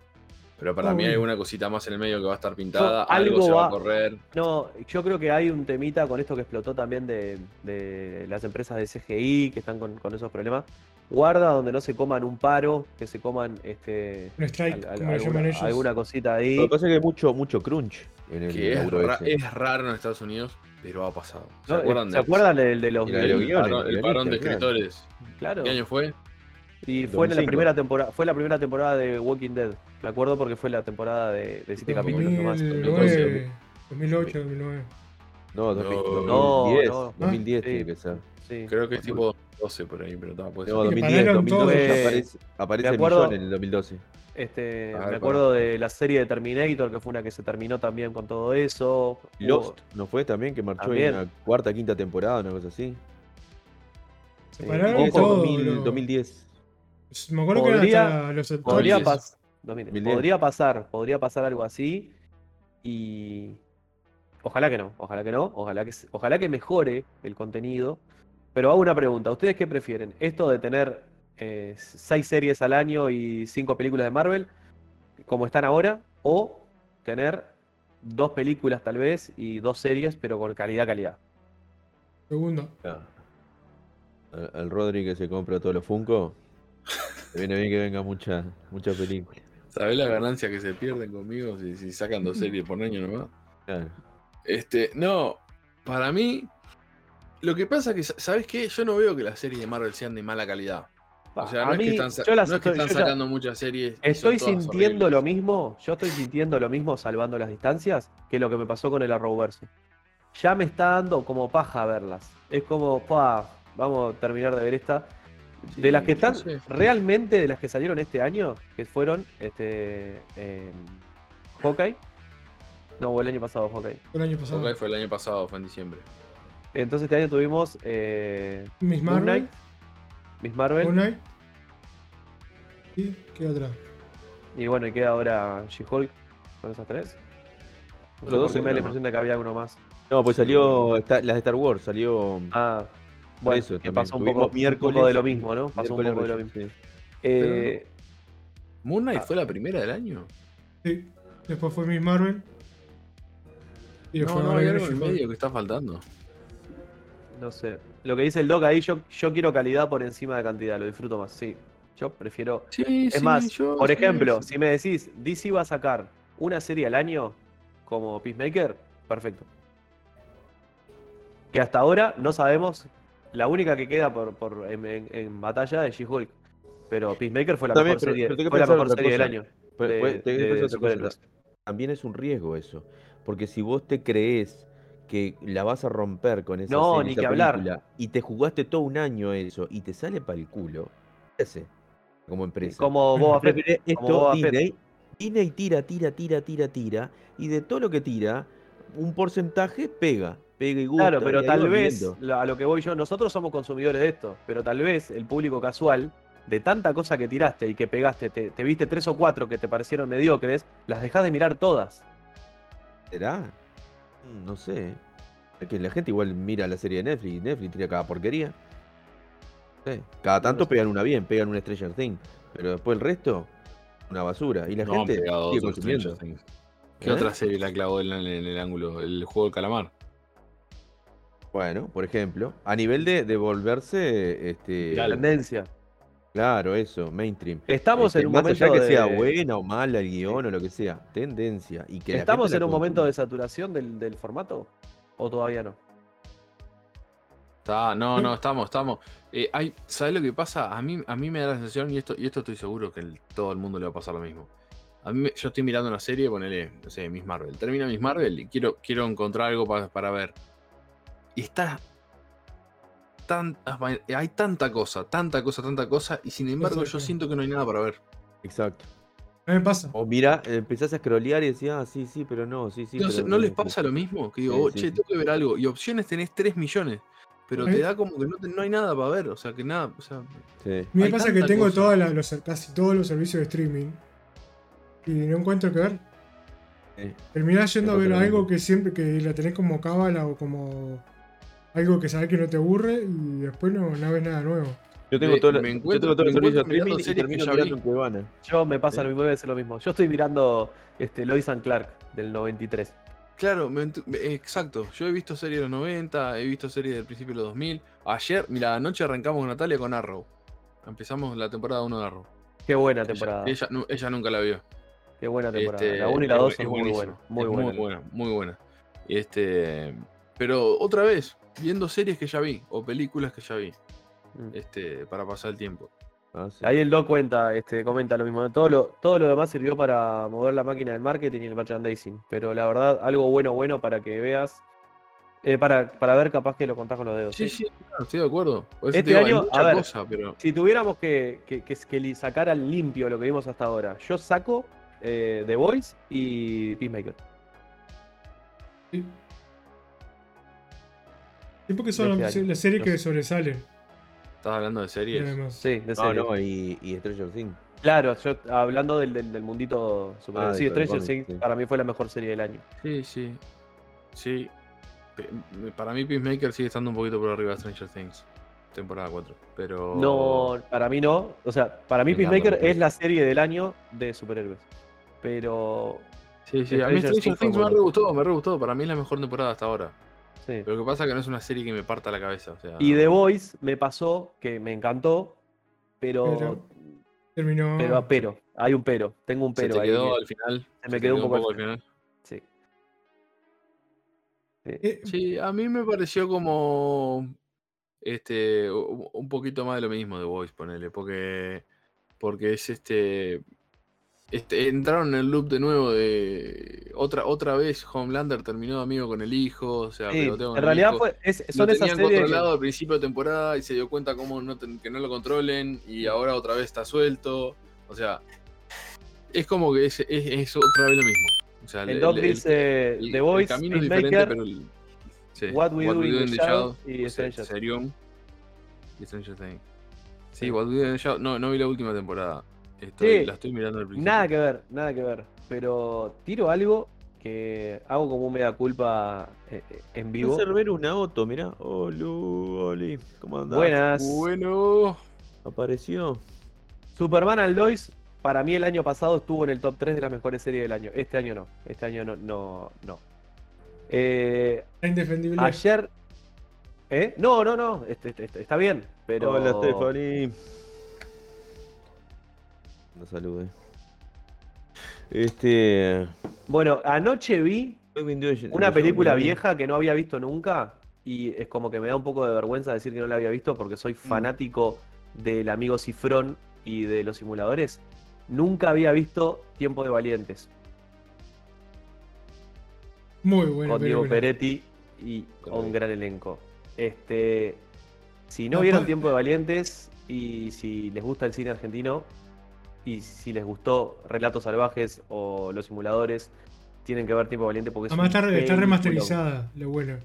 Pero para No, mí hay bueno. una cosita más en el medio que va a estar pintada, Yo- algo, algo se va a va- correr. No, yo creo que hay un temita con esto que explotó también de, de las empresas de CGI que están con, con esos problemas, guarda donde no se coman un paro, que se coman este, Un strike, al- al- como lo llaman alguna, ellos. alguna cosita Lo ahí. que pasa es que hay mucho, mucho crunch en el Que es, laburo ra- ese. es raro en Estados Unidos, pero ha pasado. ¿Se ¿no? acuerdan, ¿Se de- acuerdan del de los Mira, del los guiones, parón- los el parón de guionistas, escritores? Claro. ¿Qué año fue? Y fue en la 2005. primera temporada, fue la primera temporada de Walking Dead. Me acuerdo porque fue la temporada de, de siete capítulos nomás. 2009, 2008, 2009. No, 2000, No, 2010. no. 2010 Ah, tiene sí. que ser. Sí. Creo que es tipo 12 por ahí, pero está, puede No, ser. que 2010, pararon 2012 todo. ya aparece, aparece Me acuerdo- Millón en el 2012. Este, A ver, me acuerdo de la serie de Terminator, que fue una que se terminó también con todo eso. Lost, ¿no fue también? Que marchó Oh. También. en la cuarta, quinta temporada, una cosa así. Se Eh, pararon ojo, y todo. 2000, lo- 2010. Me acuerdo que Podría- eran hasta los actores. Podría, Podría pas- 2010. 2010. podría pasar, podría pasar algo así. Y ojalá que no, ojalá que no, ojalá que, se- ojalá que mejore el contenido. Pero hago una pregunta, ¿ustedes qué prefieren? ¿Esto de tener eh, seis series al año y cinco películas de Marvel, como están ahora? ¿O tener dos películas tal vez y dos series, pero con calidad, calidad? Segundo. Ah. Al, al Rodri que se compra todos <laughs> los Funko. le viene bien que venga mucha, mucha película. ¿Sabés la ganancia que se pierden conmigo si, si sacan dos series por año nomás? Claro. Este, no, para mí, lo que pasa que, ¿sabes qué? Yo no veo que las series de Marvel sean de mala calidad. O sea, no A es que mí, están, sa- yo las no es que estoy- están yo ya- sacando muchas series. y son Estoy todas sintiendo horribles. lo mismo, yo estoy sintiendo lo mismo salvando las distancias que lo que me pasó con el Arrowverse. Ya me está dando como paja verlas. Es como, pa, vamos a terminar de ver esta. de Sí, las que están, no sé. realmente de las que salieron este año, que fueron este eh, Hawkeye. No, o el año pasado Hawkeye. Fue el año pasado. Hawkeye fue el año pasado, fue en diciembre. Entonces este año tuvimos eh, Miss Moon Marvel. Knight, Miss Marvel, Moon Knight. ¿Y qué otra? y bueno, y queda ahora She-Hulk con esas tres. No sé Los por dos qué me da la programas. impresión de que había uno más. No, pues salió esta- las de Star Wars, salió Ah, bueno, eso que también. pasó un Tuvimos poco, un miércoles- poco de lo mismo, ¿no? Pasó un miércoles poco de lo mismo. Reyes, sí. Eh, Moon Knight Ah. fue la primera del año. Sí. Después fue Miss Marvel. Y No, después no, ahora hay viene algo en el She-Hulk. medio que está faltando. no sé. Lo que dice el Doc ahí, yo, yo quiero calidad por encima de cantidad, lo disfruto más, sí. Yo prefiero. Sí, Es más, por ejemplo, si me decís, DC va a sacar una serie al año como Peacemaker, perfecto. Que hasta ahora no sabemos. La única que queda por, por- en, en- en batalla es She-Hulk. Pero Peacemaker fue la También, mejor pero- serie, pero tengo que fue la pensar mejor otra serie del cosa. año. Pero, de- pues, te- de- pues, de otra cosa, superhéroes. También es un riesgo eso. Porque si vos te crees que la vas a romper con esa, No, serie, ni esa que hablar. película, y te jugaste todo un año eso y te sale para el culo, ¿qué hace como empresa? Como Boba Fett. Preferé esto Boba Fett. Disney, Disney tira, tira, tira, tira, tira, y de todo lo que tira, un porcentaje pega, pega y gusta. Claro, pero y ahí tal vas vez, viendo. la- a lo que voy yo, nosotros somos consumidores de esto, pero tal vez el público casual, de tanta cosa que tiraste y que pegaste, te, te viste tres o cuatro que te parecieron mediocres, las dejás de mirar todas. ¿Será? Mm, No sé. Es que la gente igual mira la serie de Netflix, Netflix tira cada porquería. No sé, Cada tanto sé. pegan una bien, pegan una Stranger Thing, pero después el resto, una basura. Y la No, gente pegado a sigue otros consumiendo. Stranger Things. ¿Qué ¿Eh? otra serie la clavó en el, en el ángulo? El juego del calamar. Bueno, por ejemplo, a nivel de, de volverse, este, Viral. Claro. Tendencia. claro, eso, mainstream. Estamos Este, en un más momento allá que de... sea buena o mala el guión o lo que sea, tendencia. Y que la ¿Estamos gente en la un momento de consuma. saturación del, del formato? ¿O todavía no? Está, no, Sí. no, estamos, estamos. Eh, hay, ¿Sabes lo que pasa? A mí, a mí me da la sensación, y esto, y esto estoy seguro que el- todo el mundo le va a pasar lo mismo. A mí, me- yo estoy mirando una serie, ponele, no sé, Miss Marvel. Termina Miss Marvel y quiero, quiero encontrar algo pa- para ver. Y está. Tantas, ma- eh, hay tanta cosa, tanta cosa, tanta cosa, y sin embargo yo Exacto. siento que no hay nada para ver. Exacto. A mí me pasa. O mira, empezás a scrollear y decís, ah, sí, sí, pero no, sí, sí. no, sé, pero ¿no les sí". pasa lo mismo? Que digo, Sí, "Oh, sí, che, sí. tengo que ver algo. Y opciones tenés 3 millones, pero ¿Eh? te da como que no, te- no hay nada para ver, o sea, que nada, o sea, Sí. A mí me Hay pasa que tanta tengo cosa. todas las- los- casi todos los servicios de streaming y no encuentro que ver. Sí. Terminás yendo a Me ver pasa lo algo mismo. que siempre que la tenés como cábala o como algo que sabés que no te aburre y después no, no ves nada nuevo. Yo tengo Me- todo, el- me yo encuentro- tengo todo me el servicio de encuentro mirando streaming y series que termino ya mirando vi. en Cuevana. Yo me pasa Sí. lo mismo, voy a decir lo mismo. Yo estoy mirando este, Lois and Clark del 93. Claro, me entu- me- exacto. Yo he visto series de los 90, he visto series del principio de los 2000. Ayer, mira, anoche arrancamos con Natalia con Arrow. Empezamos la temporada 1 de Arrow. Qué buena Ella- temporada. Ella, nu- ella nunca la vio. Qué buena temporada. Este, la 1 y la 2 es son muy buenísima, buenas. Muy es buenas. Muy buena, muy buena. Este, pero otra vez, viendo series que ya vi o películas que ya vi Mm. este, para pasar el tiempo. Ah, sí. Ahí el Doc cuenta, este, comenta lo mismo. Todo lo, todo lo demás sirvió para mover la máquina del marketing y el merchandising. Pero la verdad, algo bueno, bueno para que veas. eh, para, para ver capaz que lo contás con los dedos. Eh, Sí, ¿sí? sí, claro, estoy de acuerdo. Por eso Este te digo, hay año, mucha a ver. cosa, pero Si tuviéramos que, que, que- que li- sacar al limpio lo que vimos hasta ahora, yo saco eh, The Voice y Peacemaker. Sí. Sí, porque son Este las año. las series No que sé. sobresalen. estás hablando de series. Además. Sí, de No, series. no, y, y Stranger Things. Claro, yo hablando del, del, del mundito super. Ah, sí, del Stranger cómic, Things sí. para mí fue la mejor serie del año. Sí, sí. Sí. Pe- Para mí, Peacemaker sigue estando un poquito por arriba de Stranger Things. Temporada 4. Pero. No, para mí no. O sea, para mí Me encanta, Peacemaker me es la serie del año de superhéroes. Pero. Sí, sí. A mí Stranger Stranger Things fue Things me bueno. re gustó, me re gustó. Para mí es la mejor temporada hasta ahora. Sí. Lo que pasa es que no es una serie que me parta la cabeza. o sea, Y The Voice me pasó que me encantó, pero. Pero, Pero- Mm. Terminó. pero, hay un pero. Tengo un se pero te ahí quedó que- al final. se me se te quedó un poco. al al final. final. Sí. Sí. Eh, Sí, a mí me pareció como este u- un poquito más de lo mismo de Voice, ponele, porque porque es este, este entraron en el loop de nuevo de otra otra vez Homelander terminó de amigo con el hijo, o sea, Sí, peloteo con en el realidad hijo. fue, es- Lo son esas tenían series. que- controlado al principio de temporada y se dio cuenta cómo no ten- que no lo controlen y ahora otra vez está suelto. O sea, es como que es, es- es otra vez lo mismo. O sea, El Doc dice el- The el Voice, camino es diferente, Peacemaker, pero el- sí, What We Do in the Shadows y o sea, Stranger Things. Serium y Stranger Things. Sí, Sí. What We Do in the Shadows. No, no vi la última temporada. Estoy, Sí. La estoy mirando al principio. Nada que ver, nada que ver. Pero tiro algo que hago como un mea culpa eh, eh, en vivo. Hacer ver una auto, mirá. Hola, Oh, Oli. ¿Cómo andás? Buenas. Bueno, Apareció. Superman and Lois, para mí el año pasado estuvo en el top 3 de las mejores series del año. Este año no. Este año no, no, no. Eh, está indefendible. ayer. ¿Eh? No, no, no. este- este- este- está bien. Pero. Hola, Stephanie. Una salude. Este. Bueno, anoche vi Robin Doyle- Una yo película la vi. vieja que no había visto nunca y es como que me da un poco de vergüenza decir que no la había visto porque Mm. soy fanático del amigo Cifrón y de los simuladores. Nunca había visto Tiempo de Valientes Muy buena. con Diego película. Peretti y con un Correcto. gran elenco. Este, si no No, vieron pa- Tiempo de Valientes y si les gusta el cine argentino y si les gustó Relatos Salvajes o Los Simuladores, tienen que ver Tiempo Valiente porque es Además un está, está peliculón. remasterizada, lo bueno.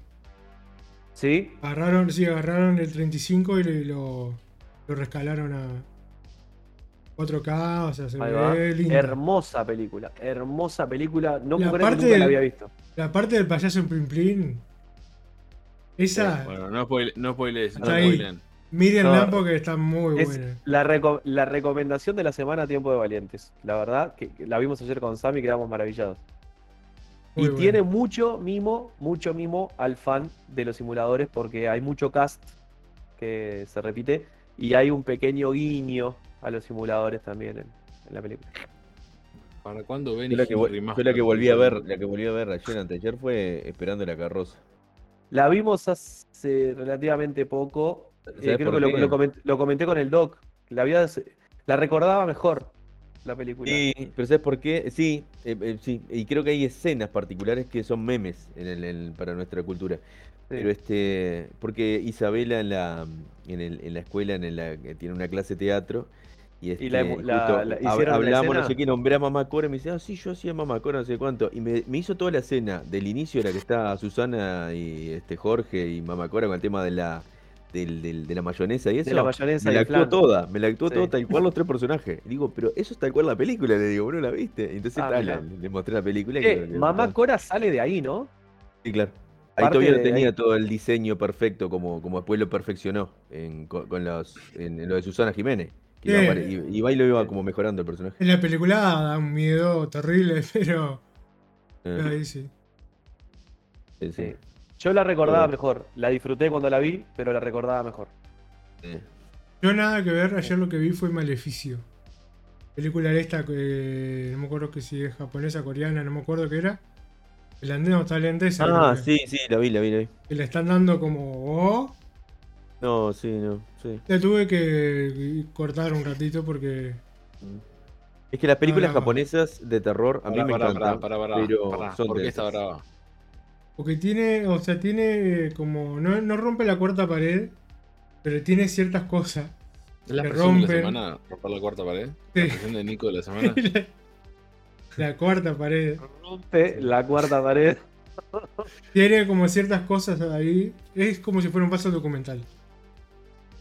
¿Sí? Agarraron, sí, agarraron el 35 y le- lo, lo rescalaron a 4K, o sea, se Ahí va. ve lindo. Hermosa película, hermosa película. No me La acuerdo que parte nunca del- la había visto. La parte del payaso en Plin Plin, esa, bueno, no spoile- no spoilees, no Está ahí. spoileen. Miriam no, Lampo que está muy es- buena. La, reco- la recomendación de la semana Tiempo de Valientes. La verdad, que que la vimos ayer con Sam y quedamos maravillados. Muy y buena. tiene mucho mimo, mucho mimo al fan de los simuladores porque hay mucho cast que se repite y hay un pequeño guiño a los simuladores también en, en la película. ¿Para cuándo ven Yo la, que, vol- yo la que volví a ver, la que volví a ver ayer anteayer fue Esperando la carroza. La vimos hace relativamente poco. eh, ¿Sabés creo por que lo, qué? lo coment- lo comenté, con el doc. La, había- la recordaba mejor la película. Sí, pero ¿sabes por qué? Sí, eh, eh, sí, y creo que hay escenas particulares que son memes en el- en- para nuestra cultura. Pero este, porque Isabela en la, en el- en la escuela en la, que tiene una clase de teatro y, este, la emu- la- justo la- hab- hicieron la hablamos, no sé escena. qué, nombré a Mamá Cora y me dice, ah, sí, yo hacía Mamá Cora, no sé cuánto. Y me, me hizo toda la escena del inicio de la que está Susana y este Jorge y Mamá Cora con el tema de la, del- del- de la mayonesa y eso. de la mayonesa Me y la el actuó flan. toda, me la actuó Sí. toda <laughs> tal cual los tres personajes. Y Digo, pero eso es tal cual la película, le digo, ¿no la viste? Y Entonces Ah, tal, mirá. le, le mostré la película. y Eh, creo que- Mamá Cora sale de ahí, ¿no? Sí, claro. Ahí parte todavía no de- tenía todo el diseño perfecto como, como después lo perfeccionó en, con, con los, en, en lo de Susana Jiménez. Que iba Sí. apare- iba- iba y lo iba como mejorando el personaje. En la película da un miedo terrible, <laughs> pero Eh, ahí sí. sí, sí. Yo la recordaba Sí. mejor. La disfruté cuando la vi, pero la recordaba mejor. Eh. Yo nada que ver, ayer lo que vi fue Maleficio. Película de esta que no me acuerdo que si es japonesa, coreana, no me acuerdo qué era. El andén tailandesa. Ah, creo que- sí, sí, la vi, la vi, la vi. Que le están dando como. "Oh". No, sí, no, sí. La tuve que cortar un ratito porque. Es que las películas No, no, no. japonesas de terror a mí Pará, me pará, encantan. pará, pará, pero pará, son ¿por qué de está esas. brava? Porque tiene. O sea, tiene como. No, no rompe la cuarta pared, pero tiene ciertas cosas. ¿Es la Que presión de la rompen. semana? ¿Romper la cuarta pared? Sí. ¿La presión de Nico de la semana? <laughs> la, la cuarta pared. Rompe la cuarta pared. Tiene como ciertas cosas ahí. Es como si fuera un paso documental.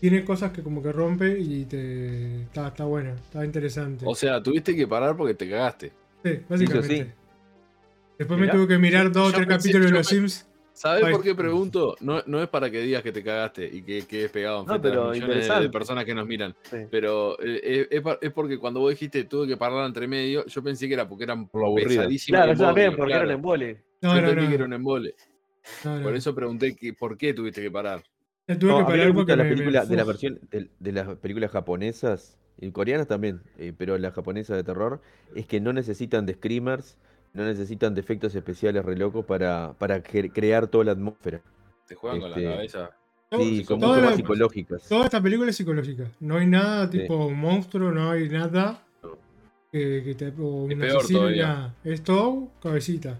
Tiene cosas que como que rompe y te. Está, está buena, está interesante. O sea, tuviste que parar porque te cagaste. Sí, básicamente. Eso sí. Después Mirá. me tuve que mirar dos o Yo tres pensé- capítulos de yo los pe- Sims. ¿Sabes Ay. por qué pregunto? No, no es para que digas que te cagaste y que quedes pegado en No, frente a pero las millones de- de interesante. personas que nos miran. Sí. Pero eh, eh, es, pa- es porque cuando vos dijiste tuve que parar entre medio, yo pensé que era porque eran Por lo aburrido. pesadísimas. Claro, yo embolios, también, porque claro. era em- un embole. No, Yo no, entendí que era no. un embole. no, no. Por eso pregunté que, por qué tuviste que parar. La tuve No, que a mí me parar porque gustan las me- me- películas de, la uf. versión, de, de las películas japonesas y coreanas también, eh, pero las japonesas de terror, es que no necesitan de screamers, no necesitan de efectos especiales re locos para, para cre- crear toda la atmósfera. Te juegan con Este, la cabeza. Sí, son todas son mucho más las- psicológicas. Toda esta película es psicológica. No hay nada Sí. tipo monstruo, no hay nada que, que te. O Es un peor asesino, todavía. nada. Es todo cabecita.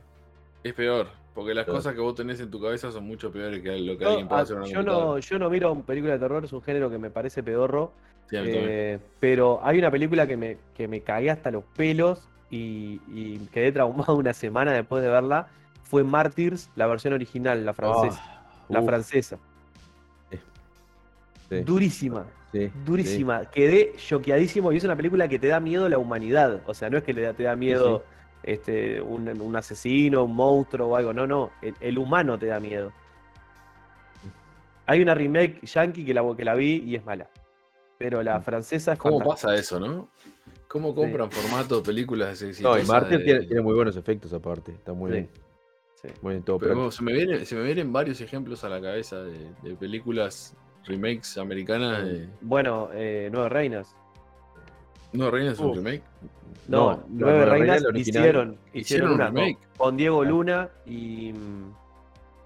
Es peor. Porque las Claro. cosas que vos tenés en tu cabeza son mucho peores que lo que No, alguien puede ah, hacer en una yo, no, computadora. yo no miro películas de terror, es un género que me parece pedorro. Sí, a mí también. eh, pero hay una película que me, que me cagué hasta los pelos y, y quedé traumado <laughs> una semana después de verla. Fue Martyrs, la versión original, la francesa. Ah, la uf, francesa. sí, Durísima. sí, Durísima. Quedé choqueadísimo y es una película que te da miedo la humanidad. O sea, no es que le da- te da miedo este, un, un asesino, un monstruo o algo. No, no. El, el humano te da miedo. Hay una remake yankee que la, que la vi y es mala. Pero la francesa es ¿Cómo fantástica. pasa eso, no? ¿Cómo compran formato de películas sí. de No, y exitosas Martin de- tiene, tiene muy buenos efectos aparte, está muy Sí. bien. Sí. Muy bien todo. Pero práctico. se, me vienen, se me vienen varios ejemplos a la cabeza de, de películas remakes americanas. de- Bueno, eh, Nueve Reinas. No, Reina es un Uf. remake. No, No, Nueve Nueve Reinas Reinas, la original, hicieron, hicieron, hicieron un una con- remake. con Diego Claro. Luna y. mm,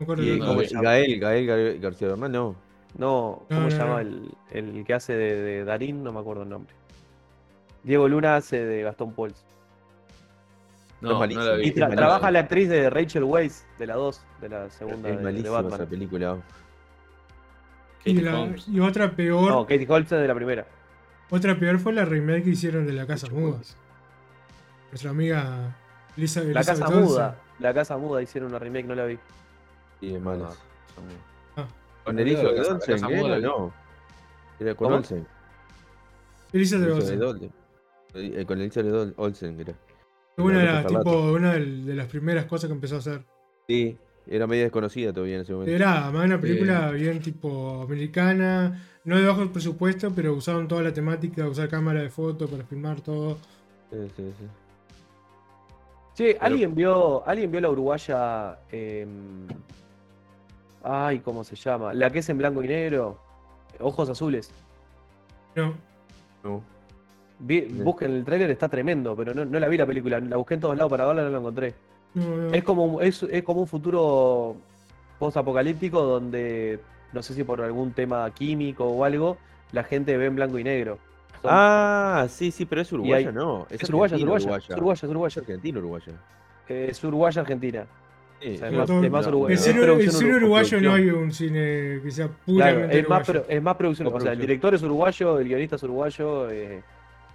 No corre Y no, como no, es Gael, Gael, Gael García Bernal, no. No, ¿cómo no, se llama no. El, el que hace de, de Darín? No me acuerdo el nombre. Diego Luna hace de Gastón Pauls. Es No, no malísimo. la vi. Y es tra- malísimo. trabaja la actriz de Rachel Weisz, de la 2, de la segunda Es de- de, malísima esa Batman. película. Y, Katie la- Holmes. y otra peor, No, Katie Holmes es de la primera. otra peor fue la remake que hicieron de la Casa Muda. Nuestra amiga Lisa La Elizabeth Casa Olsen. Muda. La Casa Muda hicieron una remake, no la vi. Sí, es mala. Ah. Con No, el hijo la de casa- la Olsen, casa ¿qué muda, era? ¿eh? no. Era con ¿Cómo? Olsen. Elizabeth Elizabeth Olsen. Olsen. Eh, Con Elizabeth Ol- Olsen, era. Fue Una, de La las, Rosa Carlota. tipo, una del- de las primeras cosas que empezó a hacer. Sí, era media desconocida todavía en ese momento. Era más una película bien tipo americana, no de bajo presupuesto, pero usaron toda la temática, usar cámara de foto para filmar todo. Sí, sí, sí. Che, ¿alguien vio, ¿alguien vio la uruguaya? em, ay, ¿cómo se llama? La que es en blanco y negro. Ojos azules. No, No. Vi- Sí. busquen el tráiler, está tremendo, pero no, no la vi la película. La busqué en todos lados para verla, no la encontré. no, no. Es como, un- es, es como un futuro post-apocalíptico donde, no sé si por algún tema químico o algo, la gente ve en blanco y negro. Son- Ah, sí, sí, pero es Y uruguaya, hay- no. es uruguaya, es uruguaya, argentina, es uruguaya, es Es uruguaya. argentino, uruguaya. Eh, Es uruguaya argentina. Sí, O sea, es es Pero más, todo- es más no, uruguayo. no, En es cine, producción en cine uruguaya. uruguayo no producción. hay un cine que sea Claro, puramente es más, uruguayo. pro- es más producción. Más O sea, el producción. director es uruguayo, el guionista es uruguayo. eh,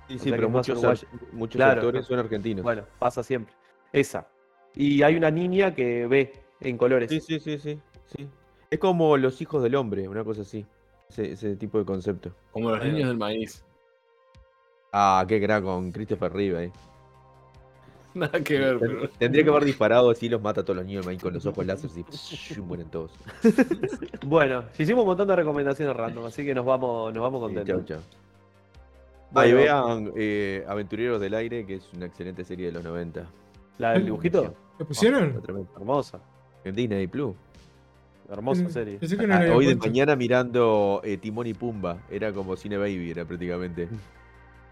sí, o sí, sea que pero es más muchos, uruguaya. ar- muchos Claro. actores son argentinos. bueno, pasa siempre. Esa. Y hay una niña que ve en colores. Sí, sí, sí, sí, sí. Es como los hijos del hombre, una cosa así. Ese, ese tipo de concepto. Como los Ahí va. niños del maíz. <laughs> Ah, qué gran con Christopher Reeve, eh. Nada que ver, Ten- pero. Tendría que haber disparado así, los mata a todos los niños ahí con los ojos láser y mueren todos. Bueno, hicimos un montón de recomendaciones random, así que nos vamos, nos vamos Sí, contentos. chau, chau. Ah, y Bueno, vean eh, Aventureros del Aire, que es una excelente serie de los 90. Mm. La del dibujito, ¿Lo pusieron? Otra vez. hermosa. En Disney Plus. Mm, hermosa serie. Pensé que no la Ah, había hoy de puesto. mañana mirando eh, Timón y Pumba. Era como Cine Baby, era prácticamente. Mm.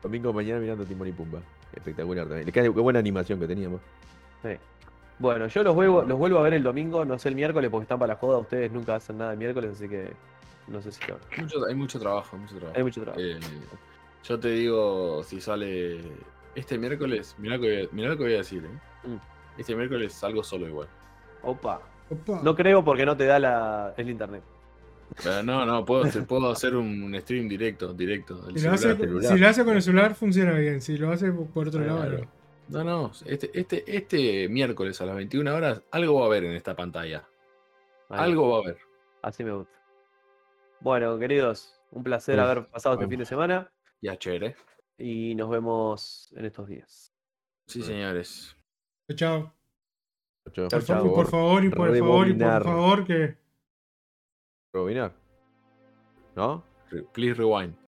Domingo mañana mirando Timón y Pumba. Espectacular también. Qué, qué buena animación que teníamos. Sí. Bueno, yo los vuelvo, los vuelvo a ver el domingo, no sé el miércoles porque están para la joda, ustedes nunca hacen nada el miércoles, así que no sé si lo- Mucho- hay mucho trabajo, mucho trabajo. hay mucho trabajo. Eh, yo te digo, si sale este miércoles, mirá lo que voy a, mirá lo que voy a decir. ¿eh? Mm. Este miércoles salgo solo igual. Opa. Opa. No creo porque no te da la, el internet. Pero no, no, puedo hacer, puedo hacer un un stream directo, directo. del si, lo hace, celular. si lo hace con el celular funciona bien, si lo hace por otro lado Claro. no. No, no, este, este, este miércoles a las 21 horas algo va a haber en esta pantalla. Ahí, Algo va a haber. Así me gusta. Bueno, queridos, un placer Uf, haber pasado este vamos. fin de semana Ya, chévere. y nos vemos en estos días. Sí, señores. Chao. Chau, Chau, Por, chau. favor, por favor y por favor y por Rebobinar. favor que... Rebobinar. ¿No? Re- Please rewind.